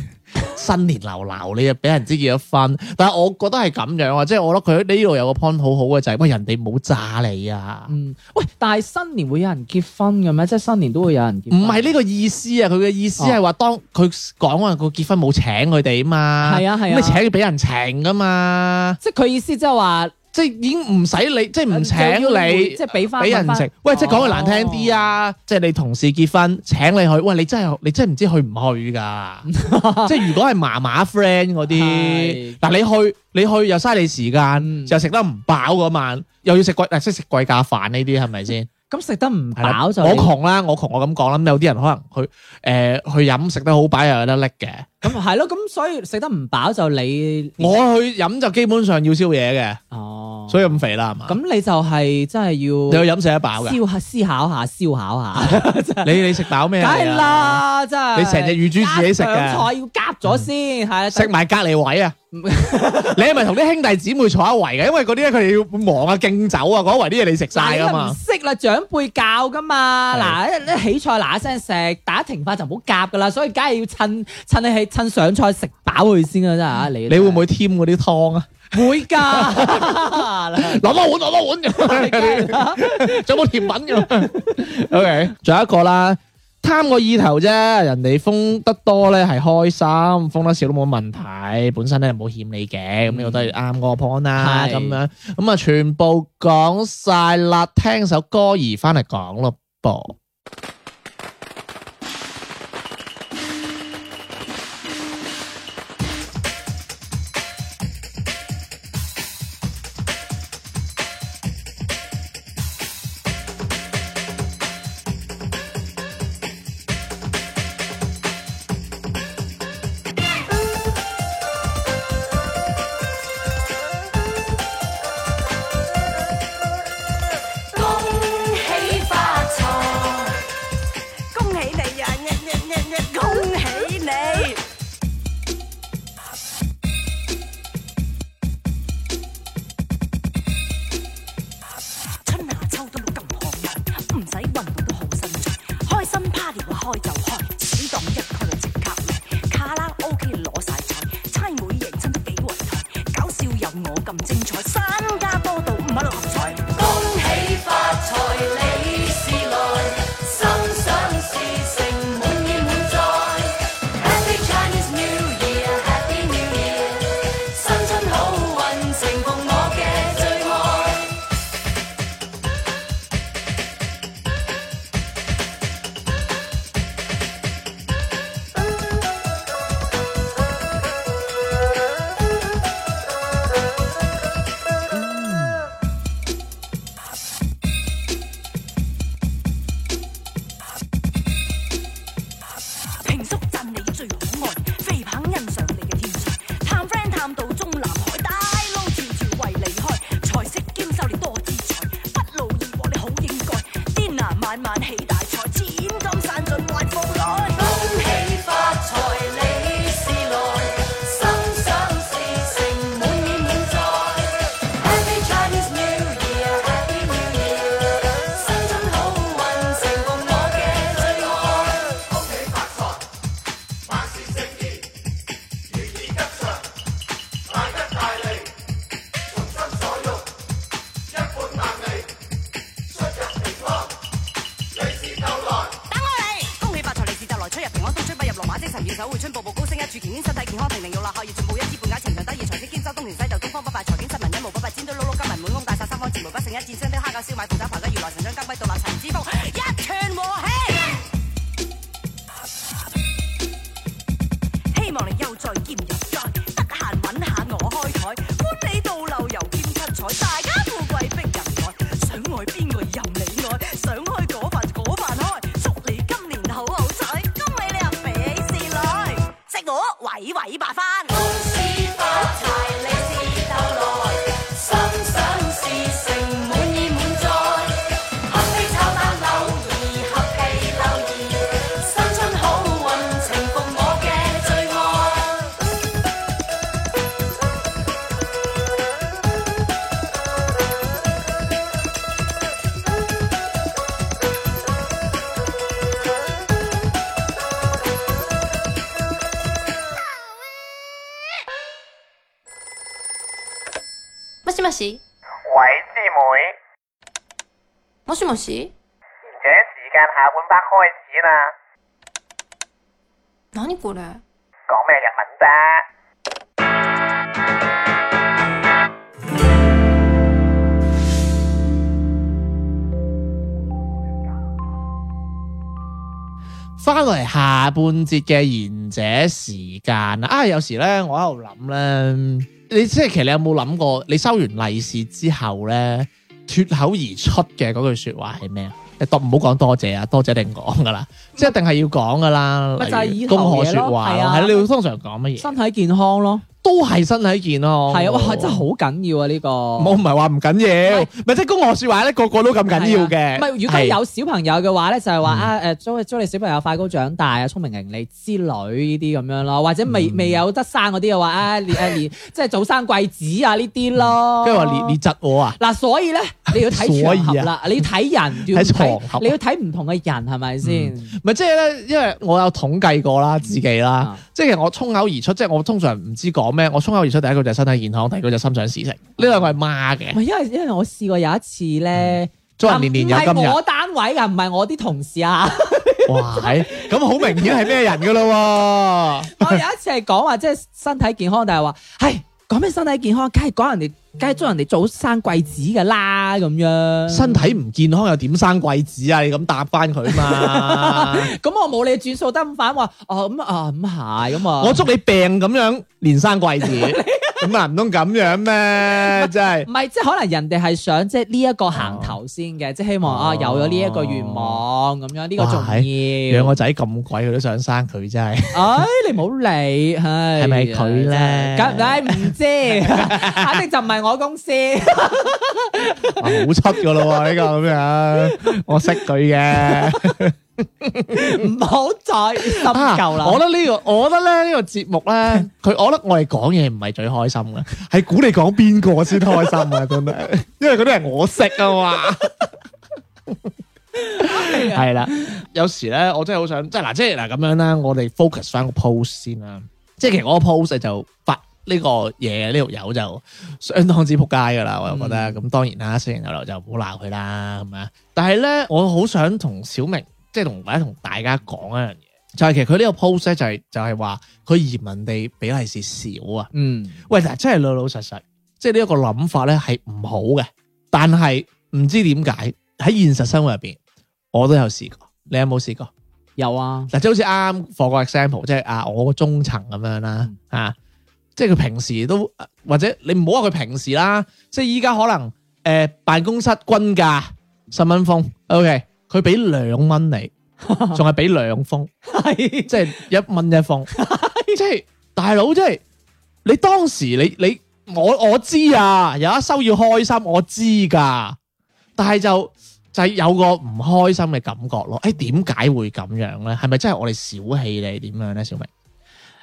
新年流流，你又俾人知結咗婚，但係我覺得係咁樣啊，即係我覺得佢呢度有個 point 好好嘅就係、喂人哋冇炸你啊，
嗯，喂，但係新年會有人結婚嘅咩？即係新年都會有人結婚。
唔係呢個意思啊，佢嘅意思係話當佢講話個結婚冇請佢哋啊嘛，
哦係啊係
咁
啊
你請佢俾人請噶嘛，
即係佢意思即係話
即係已經唔使你，即係唔請
就嗯要
你
即。係俾翻
俾人食，喂！即係
哦
講句難聽啲啊，即係你同事結婚請你去，喂！你真係你真係唔知去唔去 㗎，即係如果係麻麻 friend 嗰啲
係，
嗱你去你去又嘥你時間，
嗯
又食得唔飽嗰晚，又要食貴，嗱即係食貴價飯呢啲係咪 先？
咁食得唔
係啦
飽就
我
你
窮啦，我窮我咁講啦，咁有啲人可能去诶去飲食得好飽又有得拎嘅，
咁係咯，咁所以食得唔飽就你
我去飲就基本上要宵夜嘅，
嗯哦，
所以咁肥啦係嘛？
咁你就係真係
你
要
去飲食得飽嘅，
思考思考下，思 考下，
你你食飽咩
梗
啊？
係啦，真係
你成隻乳豬自己食嘅
加上菜要夾咗先，係啊
食埋隔離位啊！
唔
你係咪同啲兄弟姊妹坐一圍嘅？因為嗰啲咧佢哋要忙啊敬酒啊，嗰一圍啲嘢你食晒噶
嗱你都唔
嘛。嗯
識啦，長輩教噶嘛。
係
嗱，一一起菜嗱一聲食，大家停飯就唔好夾噶啦。所以梗係要趁趁你起趁上菜食飽佢先啊，真係啊！你
嗯你會唔會添嗰啲湯啊？
會 㗎？
攞多碗，攞多碗
梗係
咁，
啦
仲有冇甜品咁？OK，仲有 一個啦，貪個意頭啫，人哋封得多咧係開心，封得少都冇問題。本身咧冇欠你嘅，咁呢個都係啱嗰個 point 啦。
嗯係
咁樣咁啊，全部講晒啦，聽首歌而翻嚟講咯噃。
恭喜發財，開就開，錢當一開就即刻嚟，卡拉 OK 攞晒彩，差妹認真都幾圍台，搞笑有我咁精彩，身家多到五蚊六合彩，恭喜發財利是來，心想事成滿意滿載。Happy Chinese New Year, Happy New Year，新春好運成逢我嘅最愛。平叔讚你最可愛，肥棒欣賞你嘅天才，探 friend 探到中南海，大佬條條為你開，財色兼收你多姿彩，不勞而獲你好應該，dinner 晚晚起大財，錢金散盡壞無奈，恭喜發財利是來，心想事成滿意滿載。Happy Chinese New Year, Happy New Year，新春好運成為我嘅最愛。等我嚟！恭喜發財，利是就來，出入平安，冬春不入羅馬，精神要守護春，步步高升，一柱擎天，身體健康，平定要立下，要進步一枝半解，情場得意，財色兼收，東成西就，東方不敗，財經新聞一無不敗，尖刀撈撈金文滿屋大殺三方，前無不勝，一戰雙雕，蝦餃燒賣，鳳爪排骨，如來神掌，金龜獨立，陳之峰，一團和氣。希望你悠哉兼悠哉，得閒揾下我開台，官你倒漏又兼七彩，大家富貴逼人愛，想愛邊個任你愛，想開嗰飯就嗰飯開，祝你今年好好彩，恭喜你啊肥事女，識我位位八番。公司發財，利是到來，心想事成滿意滿載。合肥炒蛋柳兒，合皮柳兒，新春好運情逢我嘅最愛。
もしもし
喂，師妹，
もしもし
而且時間下半 part 開始啦，
何これ
講咩日文啫？
翻嚟下半節嘅賢者時間啦啊！有時咧，我喺度諗咧，你即係其實你有冇諗過，你收完利是之後咧，脱口而出嘅嗰句説話係咩啊？誒多唔好講多謝啊，多謝一定講噶啦，即係一定係要講噶啦。
咪就係
例如
以
恭
後
賀
嘢咯
説話
係
咯，
啊
係啦，你會通常講乜嘢？
身體健康咯，
都係身體健康。
係啊，哇，真係好緊要啊呢個。
我唔係話唔緊要
唔係，
咪即係恭賀説話咧，個個都咁緊要嘅。
唔係，如果
係嗯
有啊小朋友嘅話咧，就係話啊誒，祝祝你小朋友快高長大啊，聰明伶俐之類呢啲咁樣咯，或者
嗯
未未有得生嗰啲嘅話啊，連啊 連即係早生貴子啊呢啲咯。
跟嗯住話你你窒我啊，
嗱，所以咧你要睇
所以啊
場 合啦，你要睇人，要
睇場合啊
睇
嗯
你要睇唔同嘅人係咪先？
咪即係咧，因為我有統計過啦，自己啦
啊，
即係其實我衝口而出，即係我通常唔知講咩，我衝口而出第一個就係身體健康，第二個就係心想事成，呢兩個係孖
唔
嘅，
係因為因為我試過有一次咧，
祝嗯人年年有
唔
今日
係，我單位㗎，唔係我啲同事啊。
哇，係咁好明顯係咩人噶啦喎，
我有一次係講話即係身體健康，但係話係講咩身體健康，梗係講人哋，梗係祝人哋早生貴子噶啦咁樣。
身體唔健康又點生貴子啊？你咁答翻佢嘛，
咁我冇你轉數得咁反話，哦咁啊咁係咁啊。
我祝你病咁樣連生貴子，咁啊唔通咁樣咩？真係
唔。係即係可能人哋係想即係呢一個行頭先嘅，即係希望啊有咗呢一個願望咁樣，呢個
哇
重要。
養個仔咁鬼，佢都想生佢真係。
唉，你唔好理，唉，
係咪佢咧
梗係唔 知，肯定就唔係我公司。
哇好出噶咯喎，呢個咁樣，我識佢嘅。
唔好再深究啦。
啊我覺得呢、個，我覺得咧呢、個節目咧，佢我覺得我哋講嘢唔係最開心嘅，係估你講邊 個先開心啊！真係，因為嗰啲係我識啊嘛。系啦，有時咧，我真係好想，即係嗱，即係嗱咁樣啦，我哋 focus 翻個 pose 先啦。即係其實我個 pose 就發呢個嘢呢條友就相當之仆街噶啦，我又覺得。咁、當然啦，雖然有流就唔好鬧佢啦咁樣。但係咧，我好想同小明，即係同或者同大家講一樣嘢，就係、其實佢呢個 pose 咧就係、就係話佢嫌人哋比利是少啊。
嗯，
喂，嗱，真係老老實實，即係呢一個諗法咧係唔好嘅，但係唔知點解喺現實生活入邊，我都有試過。你有冇試過？
有啊，
嗱，即係好似啱啱 for 個 example，即係啊，我個中層咁樣啦，啊，即係佢平時都或者你唔好話佢平時啦，即係依家可能誒、呃辦公室均價十蚊封，OK，佢俾兩蚊你，仲係俾兩封。
係
即係一蚊一 封，即係大佬，即係你當時你你我我知啊，有一收要開心，我知噶，但係就就係有個唔開心嘅感覺咯。誒、點解會咁樣咧？係咪真係我哋小氣你點樣咧？小明，
誒，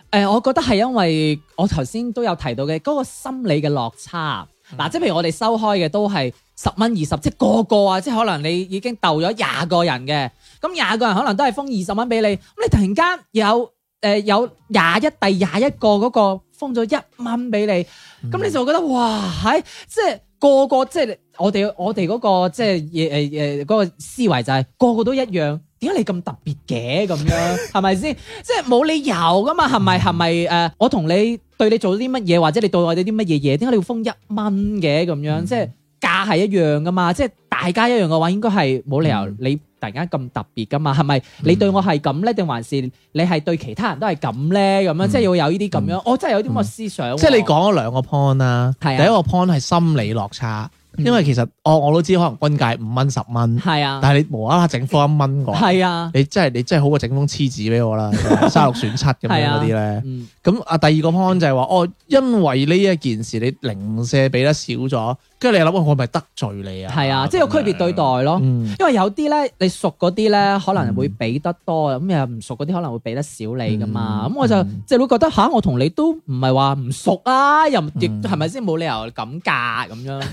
呃我覺得係因為我頭先都有提到嘅嗰個心理嘅落差。嗱，即係譬如我哋收開嘅都係十蚊二十，即係個個啊，即係可能你已經鬥咗廿個人嘅，咁廿個人可能都係封二十蚊俾你，咁你突然間有誒、呃有廿一第廿一個嗰個封咗一蚊俾你，
嗯
咁你就覺得哇，係即係個個即係我哋我哋嗰、個即係誒誒誒嗰個思維就係、個個都一樣。點解你咁特別嘅咁 樣係咪先？即係冇理由噶嘛？係
嗯
咪係咪誒？我同你對你做咗啲乜嘢，或者你對我哋啲乜嘢嘢？點解你要封一蚊嘅咁
嗯
樣？即係價係一樣噶嘛？即係大家一樣嘅話，應該係冇理由
嗯
你突然間咁特別噶嘛？係咪你對我係咁咧，定還是你係對其他人都係咁咧？咁樣
嗯
即係要有呢啲咁樣，我真係有啲咁嘅思想喎。
即係你講咗兩個 point 啦，
係啊
第一個 point 係心理落差，
嗯
因為其實我我都知可能均價五蚊十蚊，
係啊，
但係你無啦啦整科一蚊我，
係啊，
你真係你真係好過整封黐紙俾我 啦，三六選七咁樣
係啊
嗰啲咧。
嗯
咁啊，第二個 point 就係話，哦，因為呢一件事你零舍俾得少咗，跟住你諗，哦我係咪得罪你啊？
係啊，即係有區別對待
咯。
咯。
嗯
因為有啲咧，你熟嗰啲咧，可能會俾得多，咁又唔熟嗰啲可能會俾得少你噶嘛。
嗯
咁我就即係會覺得吓，我同你都唔係話唔熟啊，又唔亦
嗯
係咪先冇理由咁㗎咁樣？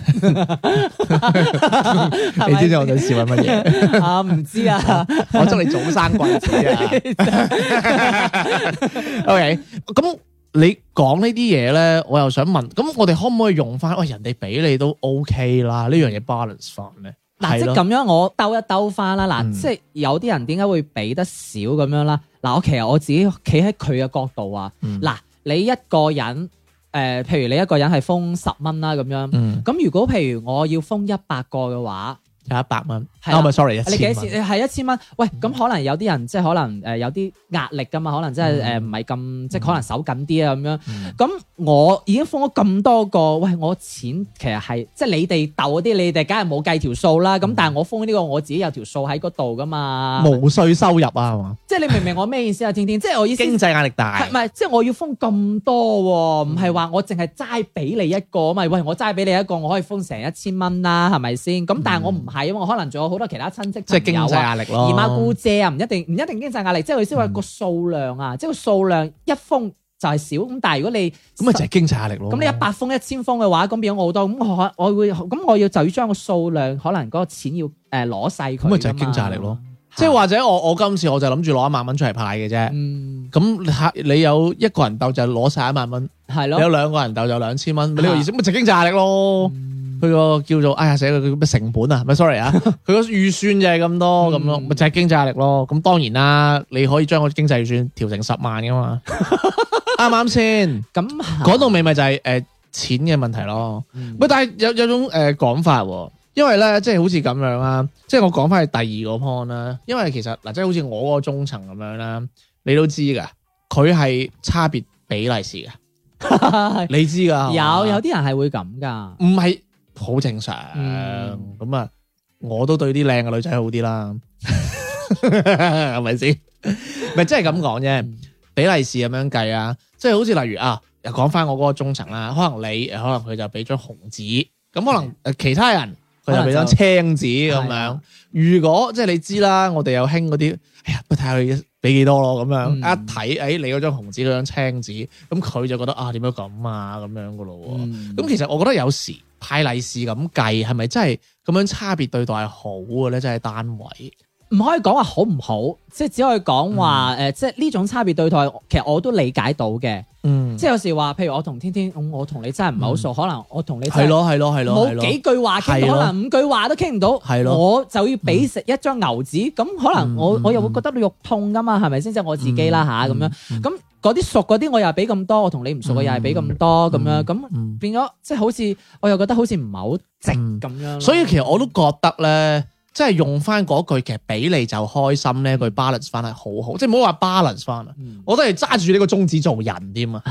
你知唔知我想笑緊 乜嘢？
我啊？唔 知啊，
我祝你早生貴子啊！OK，咁你講呢啲嘢 咧，我又想問，咁我哋可唔可以用翻？喂，人哋俾你都 OK 啦，呢樣嘢 balance 翻咧。
嗱，即係
係咯
咁樣，我兜一兜翻啦。嗱，
嗯
即係有啲人點解會俾得少咁樣啦？嗱，我其實我自己企喺佢嘅角度啊。
嗯
嗱，你一個人誒，譬如你一個人係封十蚊啦咁樣，
嗯，
咁如果譬如我要封一百個嘅話。
有一百蚊，
係啦
啊，唔係，sorry，一
你幾
千蚊。嗯
錢？係一千蚊。喂，咁可能有啲人即係可能誒有啲壓力噶嘛，可能即係呃誒唔係咁即係可能手緊啲啊咁樣。
嗯
咁我已經封咗咁多個，喂，我錢其實係即係你哋鬥嗰啲，你哋梗係冇計條數啦。
嗯
咁但係我封呢個，我自己有條數喺嗰度噶嘛。
無税收入啊，係嘛？
即係你明唔明我咩意思啊？天天，即係我意思
經濟壓力大
係。唔係？即係我要封咁多喎，唔係話我淨係齋俾你一個啊嘛。喂，我齋俾你一個，我可以封成一千蚊啦，係咪先？咁但係我唔係，因為我可能仲有好多其他親戚
即係經
朋友
濟
啊
壓力咯。
姨媽姑姐啊，唔一定唔一定經濟壓力，即係佢先話個數量啊，即係個數量一封就係少，咁但係如果你
咁咪就係經濟壓力咯。
咁你一百封一千封嘅話，咁變咗我好多，咁我可我會咁我要就要將個數量可能嗰個錢要誒攞細佢，
咁咪就係經濟壓力咯。即係，或者我我今次我就諗住攞一萬蚊出嚟派嘅啫。
嗯，
咁你客你有一個人鬥就攞晒一萬蚊，
係
你
咯
有，兩個人鬥就兩千蚊，咪呢個
啊嗯
意思咪就係經濟壓力咯。佢個叫做哎呀寫佢咩成本啊，咪 sorry 啊，佢個預算就係咁多咁咯，
嗯
咪就係經濟壓力咯。咁當然啦，你可以將個經濟預算調成十萬噶 嘛，啱唔啱先？
咁
講到尾咪就係誒錢嘅問題咯。
嗯
喂，但係有有種誒、呃、講法喎，因為咧即係好似咁樣啦，即係我講翻去第二個 point 啦，因為其實嗱，即係好似我嗰個中層咁樣啦，你都知㗎，佢係差別比例 時嘅，你知㗎，
有有啲人係會咁噶，
唔係好正常
啊嗯
咁啊、我都對啲靚嘅女仔好啲啦， 係咪先？咪即係咁講啫。
嗯
比利是咁樣計啊，即係好似例如啊，又講翻我嗰個中層啦，可能你可能佢就俾張紅紙，咁可能呃其他人佢就俾張青紙咁
可能
樣。如果即係你知啦，我哋有興嗰啲，哎呀，不睇下佢俾幾多咯咁樣，
嗯
一睇，哎，你嗰張紅紙嗰張青紙，咁佢就覺得啊點解咁啊咁樣噶咯喎。
嗯
咁其實我覺得有時派利是咁計，係咪真係咁樣差別對待係好嘅咧？真係單位
唔可以講話好唔好，即係只可以講話誒，即係呢種差別對待，其實我都理解到嘅。
嗯
即係有時話，譬如我同天天，嗯我同你真係唔係好熟，可能我同你真係
係咯係咯係咯係
冇
咯，
幾句話傾
係
到，
咯
可能五句話都傾唔到，
係咯
我就要俾食一張牛紙，咁可能我
嗯
我又會覺得肉痛噶嘛，係咪先？即係我自己啦吓，咁樣，
嗯
咁嗰啲熟嗰啲我又俾咁多，我同你唔熟嘅又係俾咁多咁
嗯
樣，咁變咗即係好似我又覺得好似唔係好值
嗯
咁樣咯。
所以其實我都覺得咧，即係用翻嗰句其實俾你就開心呢句 balance 翻係好好，即係唔好話 balance 翻啊！
嗯
我都係揸住呢個宗旨做人添啊，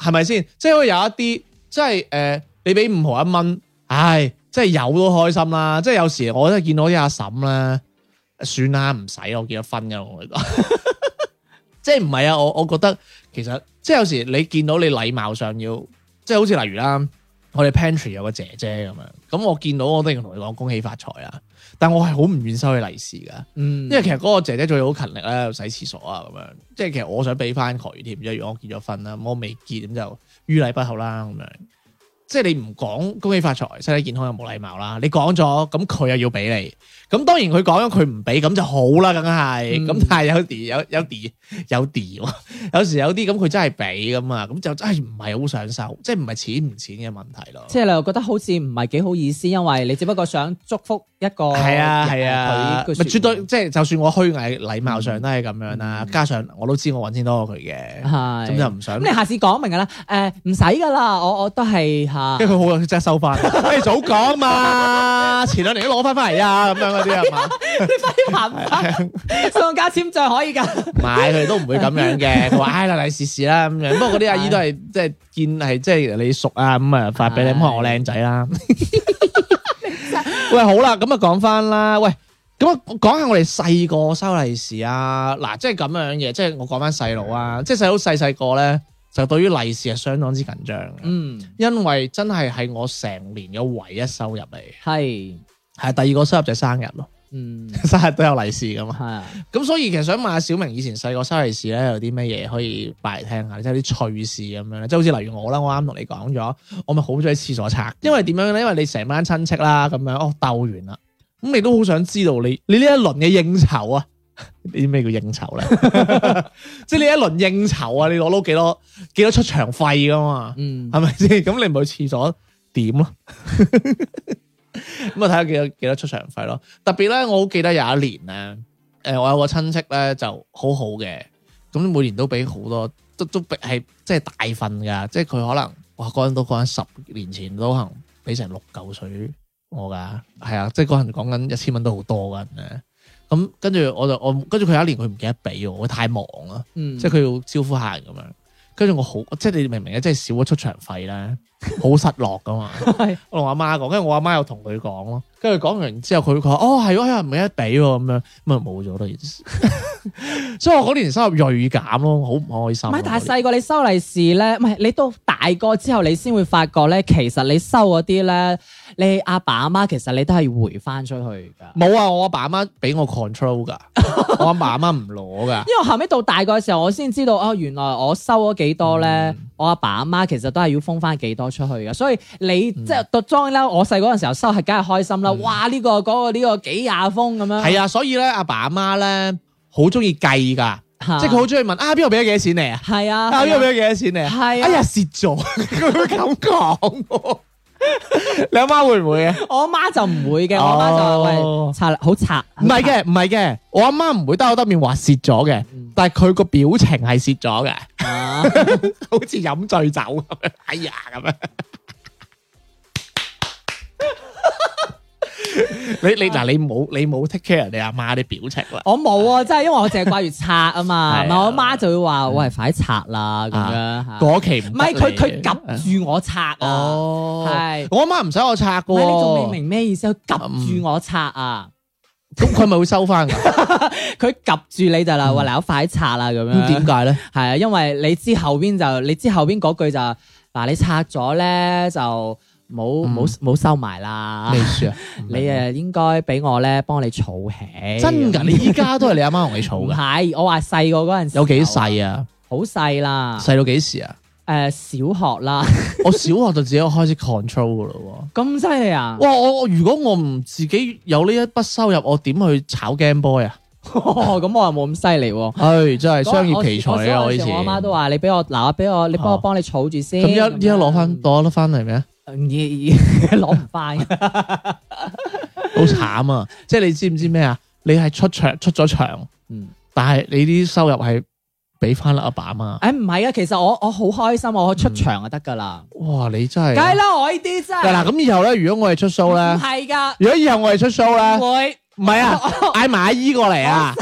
嚇
係咪先？即係有一啲即係誒、呃你俾五毫一蚊，唉，即係有都開心啦。即係有時我都係見到啲阿嬸咧，算啦，唔使啦我結咗婚㗎，我覺得。 即係唔係啊？我我覺得其實即係有時你見到你禮貌上要，即係好似例如啦，我哋 pantry 有個姐姐咁樣，咁我見到我都要同佢講恭喜發財啦，但我係好唔願收佢利是㗎。
嗯，
因為其實嗰個姐姐最好勤力咧，又洗廁所啊咁樣，即係其實我想俾翻佢添，即係如果我結咗婚啦，咁我未結咁就於禮不合啦咁樣。即係你唔講恭喜發財、身體健康又冇禮貌啦，你講咗咁佢又要俾你，咁當然佢講咗佢唔俾咁就好啦，梗係。
嗯
咁、但係有啲有有啲有啲喎，有時有啲咁佢真係俾咁啊，咁就真係唔係好想收，即係唔係錢唔錢嘅問題咯。
即係你又覺得好似唔係幾好意思，因為你只不過想祝福一個
係啊
人
係啊，
哦佢
咪絕
句説
對即係就算我虛偽禮貌上都係咁樣啦，加上我都知我揾錢多過佢嘅，
話嗯係
咁就唔想
咁。你下次講明㗎啦，誒唔使㗎啦，我我都係 嚇
跟。住佢好啊，即係收翻，誒早講嘛，前兩年都攞翻翻嚟啊，咁樣嗰啲係嘛？
行翻，信用卡簽帳可以㗎。
唔係，佢哋都唔會咁樣嘅。佢話唉啦，嚟試試啦咁樣。不過嗰啲阿姨都係即係見係即係你熟啊，咁啊發俾你，
係
可能我靚仔啦。 喂，好啦，咁啊講翻啦，喂。咁啊，講下我哋細個收利是啊，嗱，即係咁樣嘅，即係我講翻細佬啊，即係細佬細細個咧，就對於利是係相當之緊張嘅，
嗯，
因為真係係我成年嘅唯一收入嚟，
係，
係第二個收入就係生日咯，
嗯，
生日都有利是噶嘛。
係啊，
咁所以其實想問下小明以前細個收利是咧，有啲咩嘢可以擺嚟聽下？即係啲趣事咁樣咧，即係好似例如我啦，我啱同你講咗，我咪好中意廁所拆，因為點樣咧？因為你成班親戚啦咁樣，哦鬥完啦，咁你都好想知道你你呢一輪嘅應酬啊， 你知咩叫應酬咧？ 即係呢一輪應酬啊，你攞到幾多幾多出場費噶嘛？
嗯，
係咪先？ 咁你唔去廁所點咯？ 咁啊睇下幾多幾多出場費咯。特別咧，我好記得有一年咧，诶、我有個親戚咧就好好嘅，咁每年都俾好多，都都俾係即係大份噶，即係佢可能哇嗰陣都講緊十年前都可能俾成六嚿水我噶，係啊，即係嗰陣講緊一千蚊都好多噶咧。咁跟住我就我跟住佢有一年佢唔記得俾我，佢太忙啊啦。
嗯，
即係佢要招呼客人咁樣。跟住我好，即係你明唔明啊？即係少咗出場費咧， 好失落噶嘛。
係
我同阿媽講，跟住我阿媽又同佢講咯。跟住講完之後，佢佢話：哦，係喎，係啊唔記得俾喎咁樣，咁啊冇咗啦件事。 所以我嗰年收入鋭減咯，好唔開心
唔
啊。
係，但係細個你收利是咧，唔係你到大個之後，你先會發覺咧，其實你收嗰啲咧，你阿爸阿媽其實你都係回翻出去㗎。
冇啊！我阿爸阿媽俾我 control 㗎， 我阿爸阿媽唔攞㗎。
因為後尾到大個嘅時候，我先知道哦，原來我收咗幾多咧，
嗯
我阿爸阿媽其實都係要封翻幾多出去嘅，所以你、
嗯
即係到當然啦，我細個嗰陣時候收係梗係開心啦，哇呢、個嗰、個呢、個幾廿封咁樣，
係啊，所以咧阿爸阿媽咧好中意計㗎，
嚇
即係佢好中意問啊邊個俾咗幾多錢你啊？
係啊，
啊，邊個俾咗幾多錢你啊？
係啊
哎呀蝕咗， 佢會咁講 喎。你阿媽會唔會啊？
我媽就唔會嘅，我媽就話
哦
喂拆啦好拆，
唔係嘅，唔係嘅，我阿媽唔會兜口兜面話蝕咗嘅，但係佢個表情係蝕咗嘅，
嗯啊
好似飲醉酒咁樣，哎呀咁樣。 你你嗱，你冇你冇 take care 你阿媽啲表情啦。
我冇啊，真係因為我淨係掛住拆啊
係
嘛，
啊
唔係我媽就會話喂快啲拆啦咁樣嚇，
嗰期唔
啊唔
得
係佢
你
佢夾住我拆啊，
哦，
係
我阿媽唔使我拆噶
唔係你仲未
喎，
明咩意思？佢夾
嗯
住我拆啊！
咁佢咪會收翻㗎？
佢及住你就啦，話嗱，我快啲拆啦咁
咁
樣。
點解咧？
係啊，因為你知後邊就你知後邊嗰句就嗱，你拆咗咧就冇冇冇收埋啦
咩。事啊？
你誒應該俾我咧幫你儲起。
真㗎，你依家都係你阿媽同你
唔
嘈㗎，
係，我話細個嗰陣時
有幾細啊？
好細啦。
細到幾時啊？
诶小學啦，
我小學就自己開始 control 噶咯
咁犀利啊
喎。！哇！我我如果我唔自己有呢一筆收入，我點去炒 Game Boy 啊？
咁我又冇咁犀利喎。
唉，真係商業奇才
我
啊！
我
我以
小
前
學嗰陣時我阿媽都話：你俾我嗱，俾我你幫我
哦
幫你儲住先。
咁一一
樣
攞翻攞得翻嚟咩？
嗯咦咦攞唔翻。
好慘啊！即係你知唔知咩啊？你係出場出咗場，
嗯
但係你啲收入係俾翻阿爸阿媽。
誒唔係啊，其實我我好開心，啊我出場就得㗎啦。
哇！你真嗯係啊
梗係啦，我呢啲真係
嗱咁以後咧，如果我哋出 show
唔
咧，
係㗎，
如果以後我哋出 show
唔
咧，
會
唔係啊，嗌埋阿姨過嚟啊，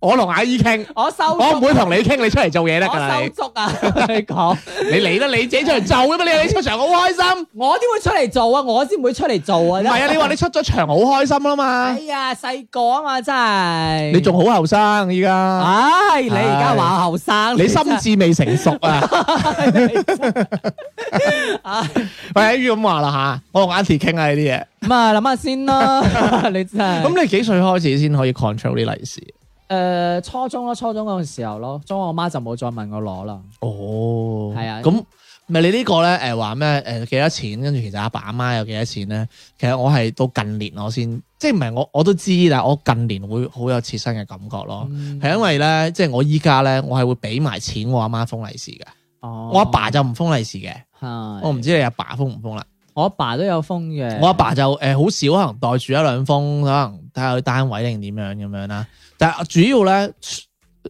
我同阿姨傾，
我收
我唔
足
會同你傾，你出嚟做嘢得㗎啦，
我
你
收足啊！你講，
你理得你自己出嚟做噶嘛？你你出場好開心，
我點會出嚟做啊？我先唔會出嚟做啊！
唔係啊？你話你出咗場好開心啦嘛
哎，呀，細個啊嘛，真係
你仲好後生依家，
唉，你而家話後生，
你
啊真
心
係
智未成熟啊！ 喂，於咁話啦吓，我同 a n t i 傾下呢啲嘢。
咁啊，諗下 先啦，你真係
咁你幾歲開始先可以 control 啲利是？
誒、初中咯，初中嗰陣時候咯，中學我媽就冇再問我攞啦。
哦，
係啊
咁咪你呢個咧？誒話咩？誒幾多錢？跟住其實阿爸阿媽有幾多錢咧？其實我係到近年我先，即係唔係我我都知，但係我近年會好有切身嘅感覺咯。
嗯
係、因為咧，即係我依家咧，我係會俾埋錢我阿媽封利是嘅。
哦
我阿爸就唔封利是嘅，我
係
唔知你阿爸封唔封啦。
我阿爸都有封嘅，
我阿爸就誒好、少，可能袋住一兩封，可能睇下佢單位定點樣咁樣啦。但係呃主要咧，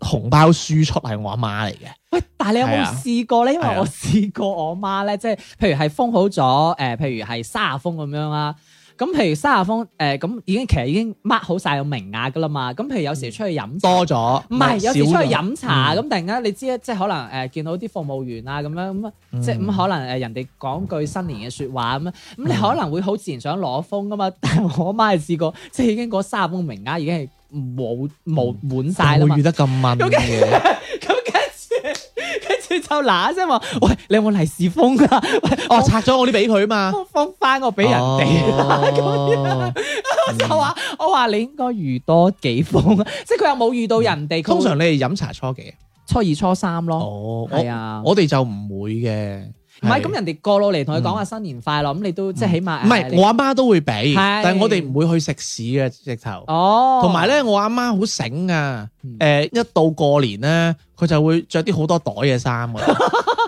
紅包輸出係我阿媽嚟嘅。
喂，但係你有
係
冇
啊
試過咧？因為
係啊
我試過我媽咧，即係譬如係封好咗，誒、譬如係卅封咁樣啦。咁譬如卅封，誒、咁已經其實已經 mark 好晒個名額噶啦嘛。咁譬如有時出去飲茶
嗯多咗，
唔係，有時出
少咗
去飲茶
嗯
咁，突然間你知咧，即係可能誒、呃、見到啲服務員啊咁樣咁啊，
嗯
即係咁可能誒人哋講句新年嘅説話咁啊，咁
嗯
你可能會好自然想攞封噶嘛， 但係我媽係試過，即係已經嗰三十封名額已經係冇冇
嗯
滿晒啦嘛
會遇，得咁問
究
嘅，
咁跟住跟住就嗱一聲話，喂，你有冇利是封啊？喂，
哦，拆咗我啲俾佢嘛，
我封翻我俾人哋啦。
哦
我就話我話你應該預多幾封，即係佢又冇
Ừ.
遇到人哋。佢
通常
會
你哋飲茶初幾？
初二初三咯。
哦，
係啊
我我哋就唔會嘅，
唔係，
係
咁人哋過路嚟同佢講話新年快樂，咁你都即係起碼
Ừ. 唔係我阿媽都會俾，
係
但係我哋唔會去食肆嘅直頭。
哦，
同埋咧，我阿媽好醒啊！
嗯
誒，一到過年咧，佢就會着啲好多袋嘅衫 㗎。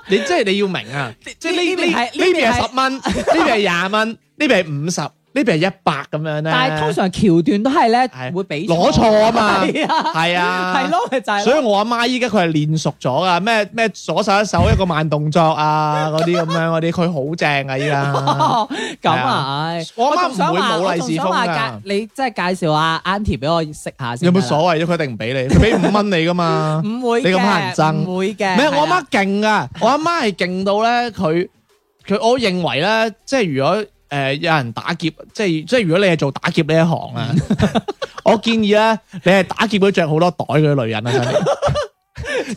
你即係你要明啊！即係呢
呢
呢
邊係
呢邊係十蚊，呢邊係廿蚊，呢邊係五十，呢邊係一百咁樣咧。
但係通常橋段都係咧
係
會俾
攞錯啊嘛
係啊，
係啊，
係咯，咪就係
所
咯
以我阿媽依家佢係練熟咗噶，咩咩左手一手一個慢動作 啊，嗰啲咁樣嗰啲，佢好正啊依家。
哦咁啊，唉
我阿媽
仲想
唔會
話
冇
我
利
仲
是
想
封
話
㗎
介你即係介紹阿 Auntie 俾我食下先
有冇
啦。
所謂啫？佢一定唔俾你，佢 俾五蚊你噶嘛。
唔會嘅，
你咁乞人憎
唔會嘅。
咩？我
係
阿
啦
媽勁啊！我阿媽係勁到咧，佢佢我認為咧，即係如果誒、呃有人打劫，即係即係如果你係做打劫呢一行 啊，我建議咧，你係打劫嗰着好多袋嗰啲女人啊，真 係。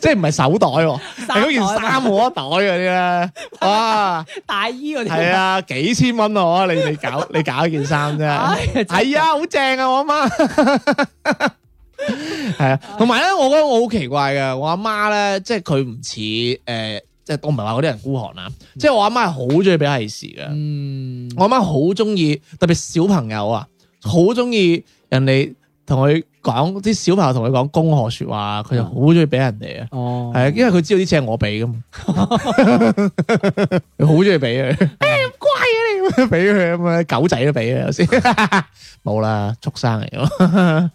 即係唔係手袋喎，係嗰件
衫袋啊
衫好多袋嗰啲咧，哇！
大衣嗰啲
係啊， 幾千蚊我覺得你你搞你搞一件衫 啫，
唉
係啊，好正啊，我阿媽。 係啊，同埋咧，我覺得我好奇怪嘅，我阿媽咧，即係佢唔似誒，呃即係我唔係話嗰啲人孤寒啊，即係我阿媽係好中意俾利是嘅，
嗯，
我阿媽好中意，特別小朋友啊，好中意人哋同佢講啲小朋友同佢講恭賀説話，佢就好中意俾人哋啊，
哦，
係啊，因為佢知道啲錢係我俾噶嘛， 佢好中意俾佢。 俾佢咁啊，狗仔都俾啊，有時 冇啦，畜生嚟咯。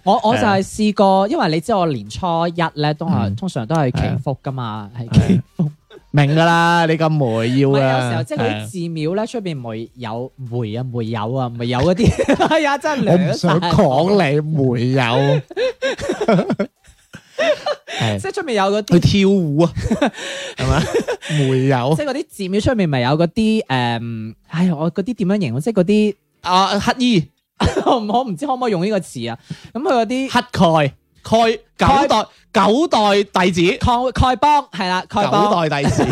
我我
係
就
啊
係試過，因為你知我年初一咧，通常
嗯
通常都係
係啊
祈福噶嘛，係祈
明噶啦，你咁梅要
唔係
啊。
有時候即係嗰
係
啲
啊
寺廟咧，出邊梅有梅啊梅有啊梅有嗰啲， 係啊真係
我
涼
唔想
晒
講你梅有， 係
即係出面有嗰
去
啲，
跳舞啊，係咪？梅有
即係嗰啲寺廟出面咪有嗰啲誒，嗯唉我嗰啲點樣形容？即係嗰啲
啊，乞衣、乞
我唔 我唔知可唔可以用呢個詞啊？咁佢嗰啲
丐、丐九代九代弟子，
丐丐幫係啦，丐幫
九代 弟子，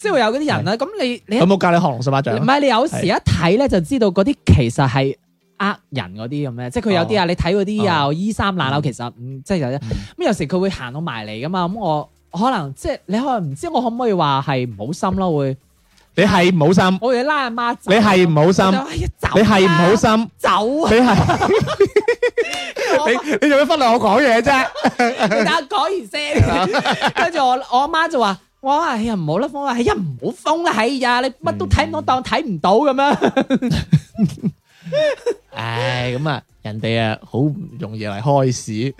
即係會有嗰啲人啦。啊嗯咁你你一
有冇教你降龍十八掌
唔？係你有時一睇咧就知道嗰啲其實係呃人嗰啲咁樣，即係佢有哦嗯啲啊，你睇嗰啲啊，衣衫爛褸其實嗯即係有啲咁有時佢會行到埋嚟噶嘛，咁我可能即係你可能唔知我可唔可以話係唔好心咯，會
你係唔好心，
我會拉阿媽走
你係唔好
我就
心，
哎呀走啊
你係唔好心，
走 啊！
你係你你做咩忽略我講嘢啫？
你等我講完先。跟住我我阿媽就話：我話哎呀唔好啦，封啦，哎呀唔好封啦，哎呀你乜都睇唔到，當睇唔到咁樣。
唉，咁啊，人哋啊好唔容易嚟開市。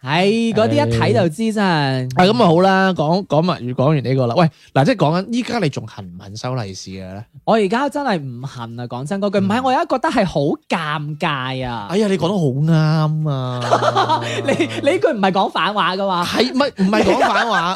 唉，嗰啲一睇就知真係。
係咁啊好啦，講講物語講完呢個啦。喂，嗱，即係講緊依家你仲恨唔恨收利是嘅咧？
我而家真係唔恨啊！講真嗰句，唔係我而家覺得係好尷尬啊！
嗯哎呀，你講得好 啱啊！
你你呢句唔係講反話噶嘛？
係咪唔係講反話？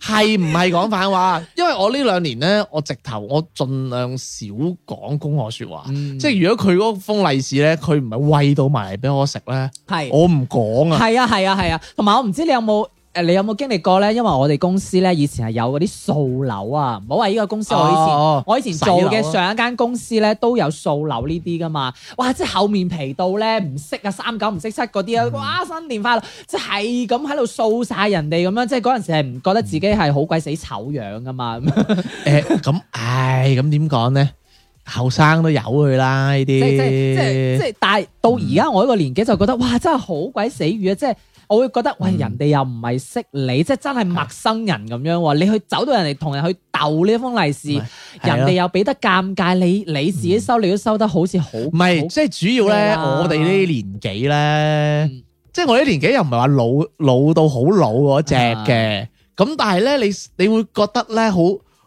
係唔係講反話？因為我呢兩年咧，我直頭我盡量少講公我说話。
嗯
即係如果佢嗰封利是咧，佢唔係喂到埋嚟俾我食咧，
係
我唔講啊。
係啊係啊係啊，同埋我唔知你有冇。誒你有冇經歷過咧？因為我哋公司咧以前係有嗰啲掃樓啊，唔好話依個公司，我以前
哦
我以前做嘅上一間公司咧都有掃樓呢啲噶嘛，哇！即係厚面皮到咧唔識啊三九唔識七嗰啲
嗯
啊，哇！新年快樂，即係咁喺度掃晒人哋咁樣，即係嗰陣時係唔覺得自己係好鬼死醜樣噶嘛，
誒咁，唉，咁點講咧？後生都有佢啦，呢
即
啲
係即係即係即係，但係到而家我呢個年紀就覺得哇，真係好鬼死瘀啊！即係我會覺得
嗯
喂，人哋又唔係識你，即係真係陌生人咁樣喎，你去走到人哋同人去鬥呢封利是，
係嗯
人哋又俾得尷尬，你你自己收你都收得好似好
唔係即係主要咧，
咩啊
我哋呢啲年紀咧
嗯，
即係我呢啲年紀又唔係話老老到好老嗰只嘅，咁但係咧，你你會覺得咧好。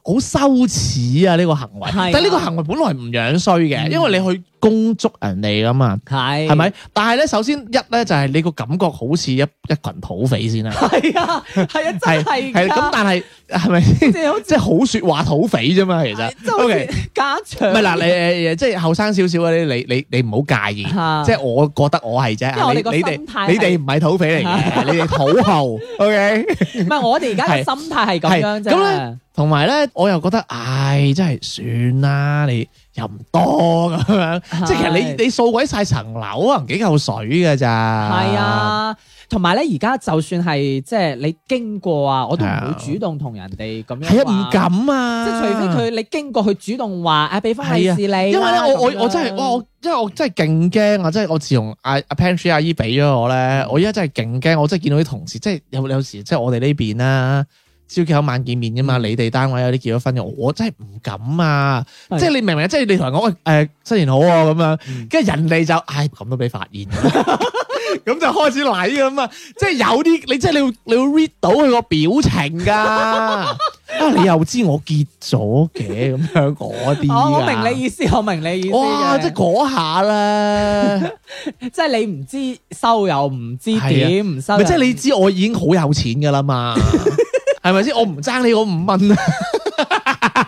好羞恥啊！呢個行為，
係啊
但係呢個行為本來唔樣衰嘅，
嗯
因為你去恭祝人哋噶嘛，
係
係咪？但係咧，首先一咧就係你個感覺好似一一群土匪先啦，
系啊，系啊，真
係
系
係咁，但係 係咪先？
即系好似
即係好説話土匪啫嘛，其實。O K，
家
唔
長，
係嗱， 你誒誒即係後生少少嗰啲，你你你唔好介意。
嚇
即係我覺得我係啫，
因為我哋個
你你哋
心態係
你哋唔係土匪嚟嘅，你哋土豪，OK。
唔係我哋而家嘅心態係咁樣啫。
係咁咧同埋咧，我又覺得，唉，真係算啦，你又唔多咁樣，即係其實
係
你你掃鬼晒層樓，可能幾嚿水嘅咋。
係，啊，同埋咧，而家就算係即係你經過啊，我都唔會主動同人哋咁樣話。
係啊，唔敢啊。
即係除非佢你經過，佢主動話啊，俾翻利是你啦。
因為咧，我
咁
我
樣哦
我真係哇！我因為我真係勁驚啊！即係我自從阿阿 Pantry 阿姨俾咗我
嗯
咧，我依家真係勁驚！我真係見到啲同事，即係有有時即係我哋呢邊啦，朝見口晚見面啫
嗯
嘛。你哋單位有啲結咗婚嘅，我真係唔敢啊！
係
即係你明唔明？即係你同人講喂誒新年好啊咁樣
嗯，
跟住人哋就唉咁都俾發 現，咁就開始嚟咁啊！即係有啲你即係你會你會 read 到佢個表情㗎。 啊！你又知我結咗嘅咁樣嗰啲㗎啊
哦我明你意思， 我明你意思嘅。
哇！即係嗰下 咧，
即係你唔知收又唔知
係啊
點，唔收
咪
又
即係你知我已經好有錢噶啦 嘛，係咪先？我唔爭你嗰五蚊啊！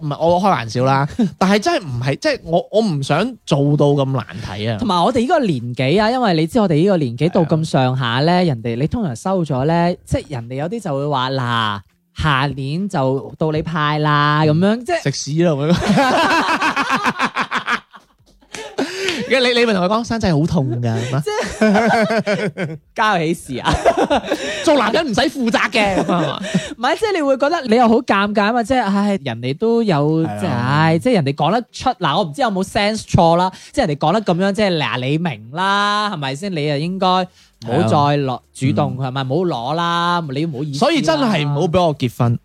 唔係我開玩笑啦，但係真係唔係，即係我我唔想做到咁難睇啊
同！埋我哋呢個年紀啊，因為你知我哋呢個年紀到咁上下咧，人哋你通常收咗咧，即係人哋有啲就會話嗱，下年就到你派啦咁樣，即係
食屎啦 咁樣。而家你你咪同佢講生仔好痛㗎，係嘛
交起事啊！
做男人唔使負責嘅，咁啊
唔係，即係你會覺得你又好尷尬啊嘛！即係唉，人哋都有
啊
即係唉，即係人哋講得出嗱，我唔知有冇 sense 錯啦，即係人哋講得咁樣，即係嗱你明啦，係咪先？你啊嗯應該唔好
係
再攞主動係咪？唔好攞啦，你唔好意思啦。
所以真係唔好俾我結婚。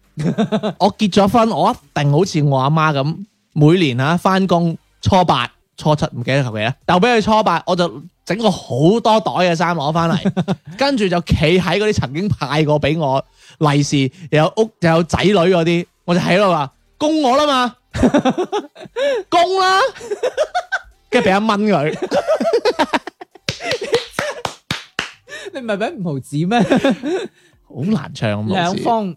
我結咗婚，我一定好似我阿媽咁，每年吓翻工初八、初七唔記得求其啦，就俾佢初八，我就整個好多袋嘅衫攞翻嚟，跟住就企喺嗰啲曾經派過俾我利是，又有屋又有仔女嗰啲，我就喺度話供我啦嘛，供啦，跟住俾一蚊佢。
你唔係俾五毫子咩？
好難唱咁好
兩
似
封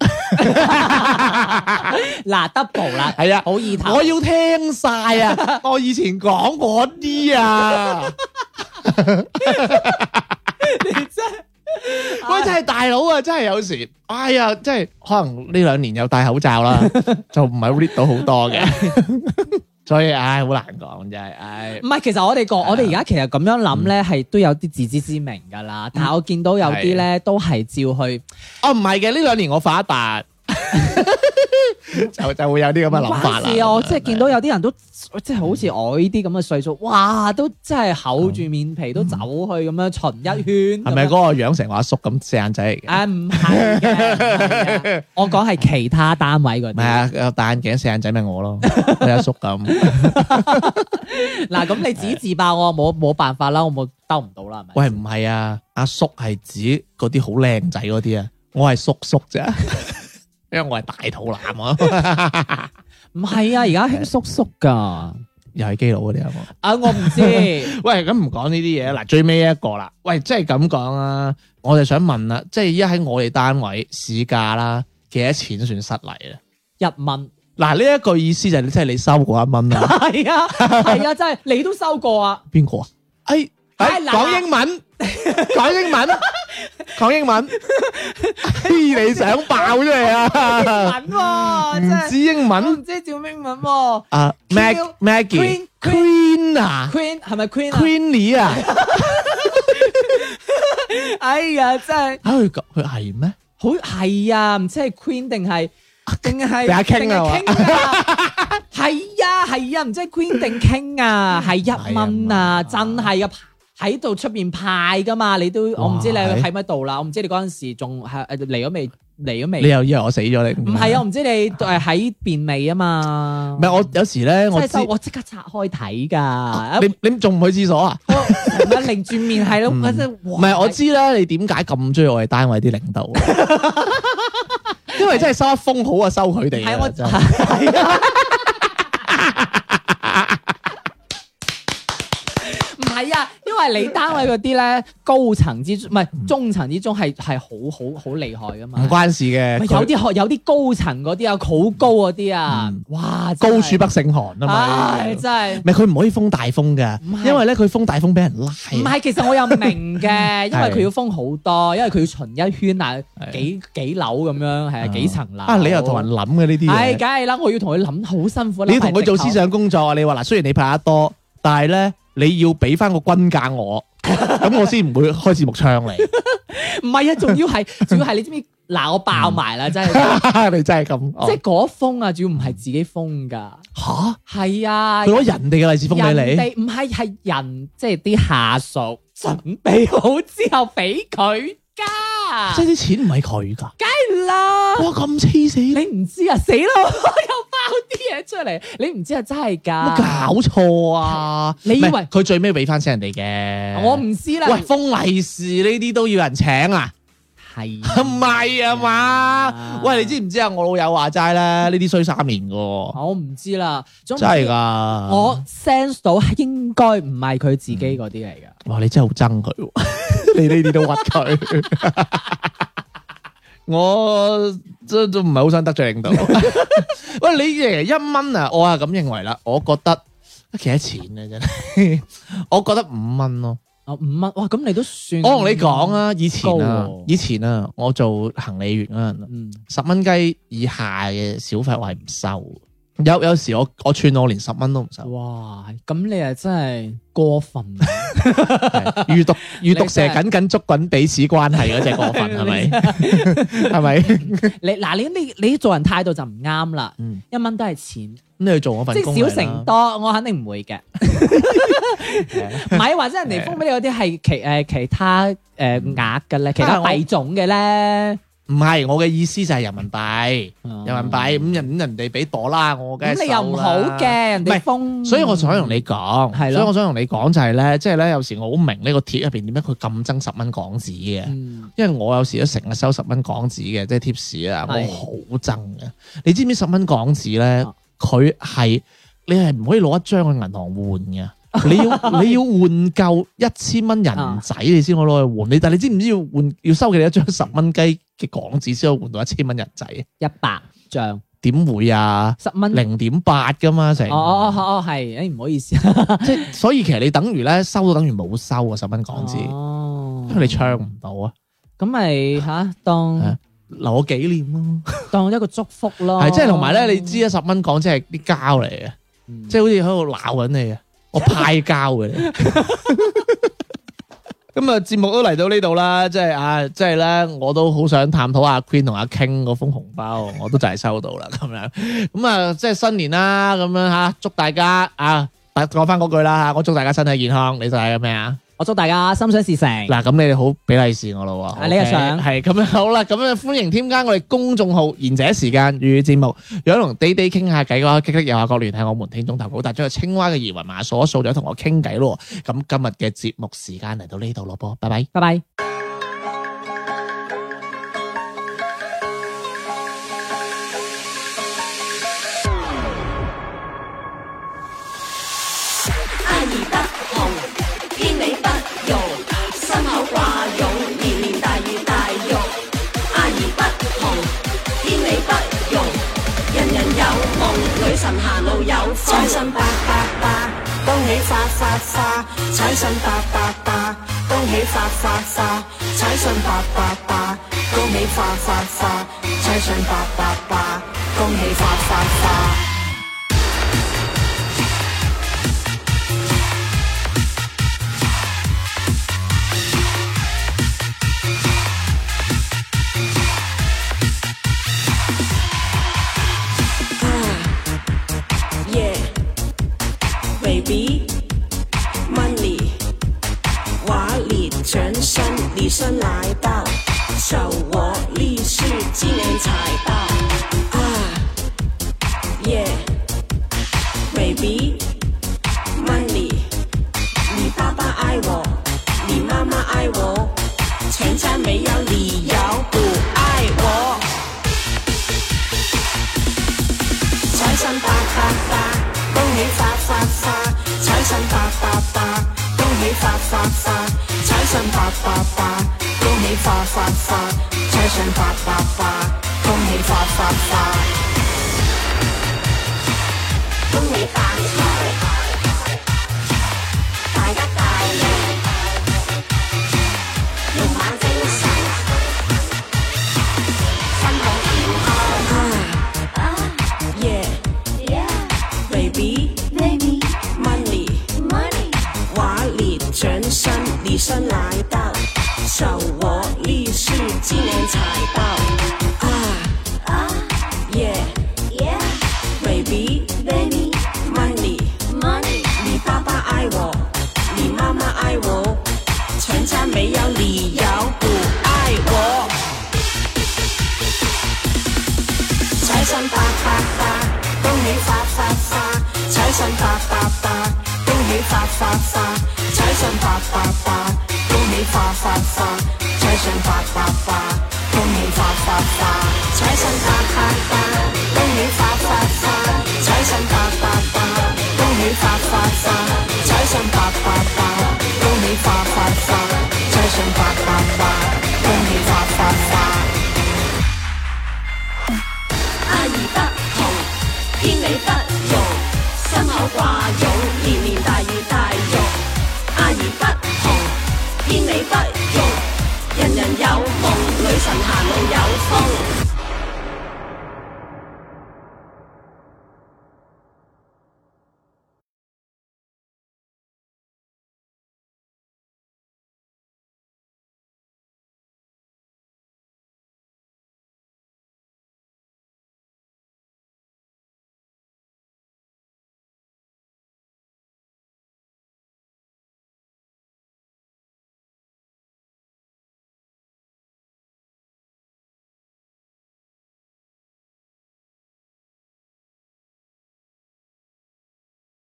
嗱 double 啦，
係啊
好意頭。
我要聽晒 啊！我以前講嗰啲啊。喂，真係大佬啊！真係有時，哎呀，真 係可能呢兩年有戴口罩啦，就唔係 read 到好多嘅，所以唉，好難講真係，唉
唔。係，其實我哋講，
係啊
我哋而家其實咁樣諗咧，係都有啲自知之明㗎啦。但係我見到有啲咧，都係照去，
哦，唔係嘅，呢兩年我發一 達，就就會有啲咁嘅諗法
關
啦。
事啊！我即係見到有啲人都即係好似我呢啲咁嘅歲數，哇，都真係厚住面皮都走去咁樣巡一圈。
嗯係咪
咁
嗰
樣？
個樣成個阿叔咁隻眼仔嚟嘅？
啊，唔係嘅唔係嘅，我講係其他單位嗰
唔係
啲。
啊，有戴眼鏡四眼仔咪我咯，你阿叔咁。
嗱，咁你指自爆我冇冇辦法啦，我冇兜唔到啦，係咪？
喂，唔係啊，阿叔係指嗰啲好靚仔嗰啲啊，我係叔叔啫， 因為我係大肚腩啊，
唔係啊，而家興叔叔㗎。啊，
又係基佬嗰啲啊。我
我唔知。
喂，咁唔講呢啲嘢啦，嗱，最尾一個啦，喂，即係咁講啊，我就想問啦，即係依家喺我哋單位市價啦，幾多錢算失禮咧？
一蚊
嗱，呢一句意思就係即係你收過一蚊啦，
係啊，係啊，真係你都收過啊！
邊個啊？哎，哎
哎嗱
講英文，講英 文，講英 文，哎你想爆出嚟 啊？
文喎，真
唔
係
知英
我
文
唔知趙英文喎
啊 Mag
Q-
Maggie
Queen-
Queen 啊
，Queen 係咪 Queen 啊？
Queenie 啊，
哎呀，真係
啊佢講佢係咩？
好係啊，唔知係 Queen 定係定係
定係 King
定
啊
係 King 啊？係啊係啊，唔知係 Queen 定 King 啊？係一蚊啊，
係啊
真係啊！喺度出邊派噶嘛？你都我唔知你
哇係
喺乜度啦，我唔知你嗰陣時仲係嚟咗未？嚟咗
你
未？
又以為我死咗你？
唔係啊，我唔知你誒喺邊未啊嘛？
唔係我有時咧，我
即
知
係收我即刻拆開睇㗎。
你你仲唔去廁所啊？
唔係擰住面係咯，
嗯
嗰陣
唔
唔
係我知啦，你點解咁中意我哋單位啲領導？ 因為真係收一封好啊，收佢哋
係
啊。
我
真係
係啊，唔係啊，因為你單位嗰啲咧高層之中唔係中層之中係係好好好厲害噶
嗯唔
嘛。
關事嘅，
咪
佢
有啲學有啲高層嗰啲啊，好高嗰啲啊
嗯，
哇！
高
真係
處不勝寒啊嘛。
唉，
呢啲
真係
唔係啊佢唔可以封大封㗎
唔，係
因為咧佢封大封俾人拉。
唔係？其實我又明 嘅，因為佢要封好多，因為佢要巡一圈啊，
係
幾幾樓咁樣，係啊，幾層樓
啊，你又同人諗嘅呢啲
唉，
嘢。
梗係啦，我要同佢諗，好辛苦。
你要同
諗埋
佢做
藉口
思，想工作啊！你話嗱，雖然你拍得多，但係咧你要俾翻個均價 我，咁我先唔會開字幕唱你。
唔係啊，仲要 係，仲要係你知唔知？嗱，我爆埋啦，真係，
你真係咁
即
哦
係嗰封啊，主要唔係自己封噶，
吓？
係啊，
佢攞人哋嘅利是封俾
人
你。
哋唔係係人，即係啲下屬準備好之後俾佢噶，
即係啲錢唔係佢㗎，
係啦。
哇咁黐
你
線，
唔知啊，死咯， 又爆啲嘢出嚟，你唔知啊，真係
冇
噶，
搞錯啊！
你以為
唔係佢最尾俾翻錢人哋嘅？
我唔知啦，
喂封利是呢啲都要人請啊？
係
唔係啊嘛？喂，你知唔知啊？我老友話齋啦，呢啲衰三年㗎喎，
我唔知啦，總之
真係㗎。
哦我 sense 到應該唔係佢自己嗰啲嚟噶。
哇！你真係好憎佢喎， 你呢啲都屈 佢。我真都唔係好想得 罪領導。喂，你誒一蚊啊，我啊咁認為啦，我覺得幾多錢咧真係， 我覺得五蚊咯。
哦，五蚊，哇，咁你都算。
我同你講，啊，以前
高
啊
喎，
以前啊，我做行李員嗰陣，
嗯，
十蚊雞以下嘅小費我係唔收。有有時我我串我連十蚊都唔收，
哇，咁你啊真係 過分，
係如毒如毒
你
蛇
真係
緊緊捉緊彼此關係嗰只過 分係咪？ 係咪？
你嗱你你你做人態度就唔啱啦，
嗯，
一蚊都係錢，
咁你去做我份
即
工
係少
多，
成多，我肯定唔 會嘅。唔係，或者人哋封俾你嗰啲係其誒其他誒額嘅咧，其他幣種嘅咧，
唔係我嘅意思就係人民幣，人民幣咁
哦
人咁人哋俾朵啦，我梗係
咁你又唔
收啦
好嘅，。人
唔係
哋封。
所以我想同你講，
係咯
所以我想同你講就係咧，即係咧有時我好明呢個貼入邊點解佢咁憎十蚊港紙嘅，
嗯，
因為我有時都成日收十蚊港紙嘅，即係貼士啊，我
係
好憎嘅。你知唔知十蚊港紙咧
啊，
佢係你係唔可以攞一張去銀行換 嘅。你要你要換夠一千蚊人
啊
仔，你先可以攞去換。你但係你知唔知要換要收嘅你一張十蚊雞嘅港紙先可以換到一千蚊人仔？
一百張
點會啊？
十蚊。
零點八噶嘛成，
哦哦哦哦，係，誒唔好意思，
即係所以其實你等於咧收都等於冇收啊十蚊港紙，
哦
因為你唱唔到啊，
咁咪吓
係
當
留我紀念咯。
當一個祝福咯。
哦係即係同埋咧，你知啊十蚊港紙係啲膠嚟嘅，
嗯
即係好似喺度鬧緊你啊！我派交嘅你。 咁啊，節目都嚟到呢度啦，即係啊，即係咧，我都好想探討阿 Queen 同阿 King 嗰封紅包，我都就係收到啦， 咁樣。咁啊，即係新年啦，咁樣吓，祝大家啊，講翻嗰句啦吓，我祝大家身體健康，你就係咩啊？
我祝大家心想事成。
嗱，咁你哋好俾利是我咯喎，
啊你又想
係咁樣好啦，咁樣歡迎添加我哋公眾號《賢者時間粵語節目》，如果同 D D 傾下偈嘅話，擊擊右下角聯繫我們聽眾投稿，達咗個青蛙嘅二維碼掃一掃就同我傾偈咯。咁今日嘅節目時間嚟到呢度咯噃，拜拜。
拜拜。
阿兒不紅，天理不容，心口掛勇，年年大魚大肉。阿兒不紅，天理不容，人人有夢，女神行路有風。彩信八八八，恭喜發發發，彩信八八八，恭喜發發發，彩信八八八，恭喜發發發，彩信八八八，恭喜發發發。Yeah, baby, money，华丽全身女生来到，手握律师技能财报啊，Yeah, baby, money，你爸爸爱我，你妈妈爱我，全家没有理由不爱我。彩信八八八，恭喜發發發，彩信八八八，恭喜發發發，彩信八八八，恭喜發發發，彩信八八八，恭喜發發發，恭喜發財，大吉大利，用晚精神，身體健康。Yeah, baby, money，华丽全身女生来到，手握律师技能财报啊，Yeah, à, baby, money，你爸爸爱我，你妈妈爱我，全家没有理由不爱我。彩信八八八，恭喜發發發，彩信八八八，恭喜發發發，彩信八八八，恭喜發發發，彩信八八八，恭喜發發發，彩信八八八，恭喜發發發，彩信八八八，恭喜發發發，彩信八八八，恭喜發發發，彩信八八八，恭喜發發發。阿兒不同，天理不容，心口掛勇，年年大魚大肉。阿兒不同，天理不容，人人有夢，女神行路有風。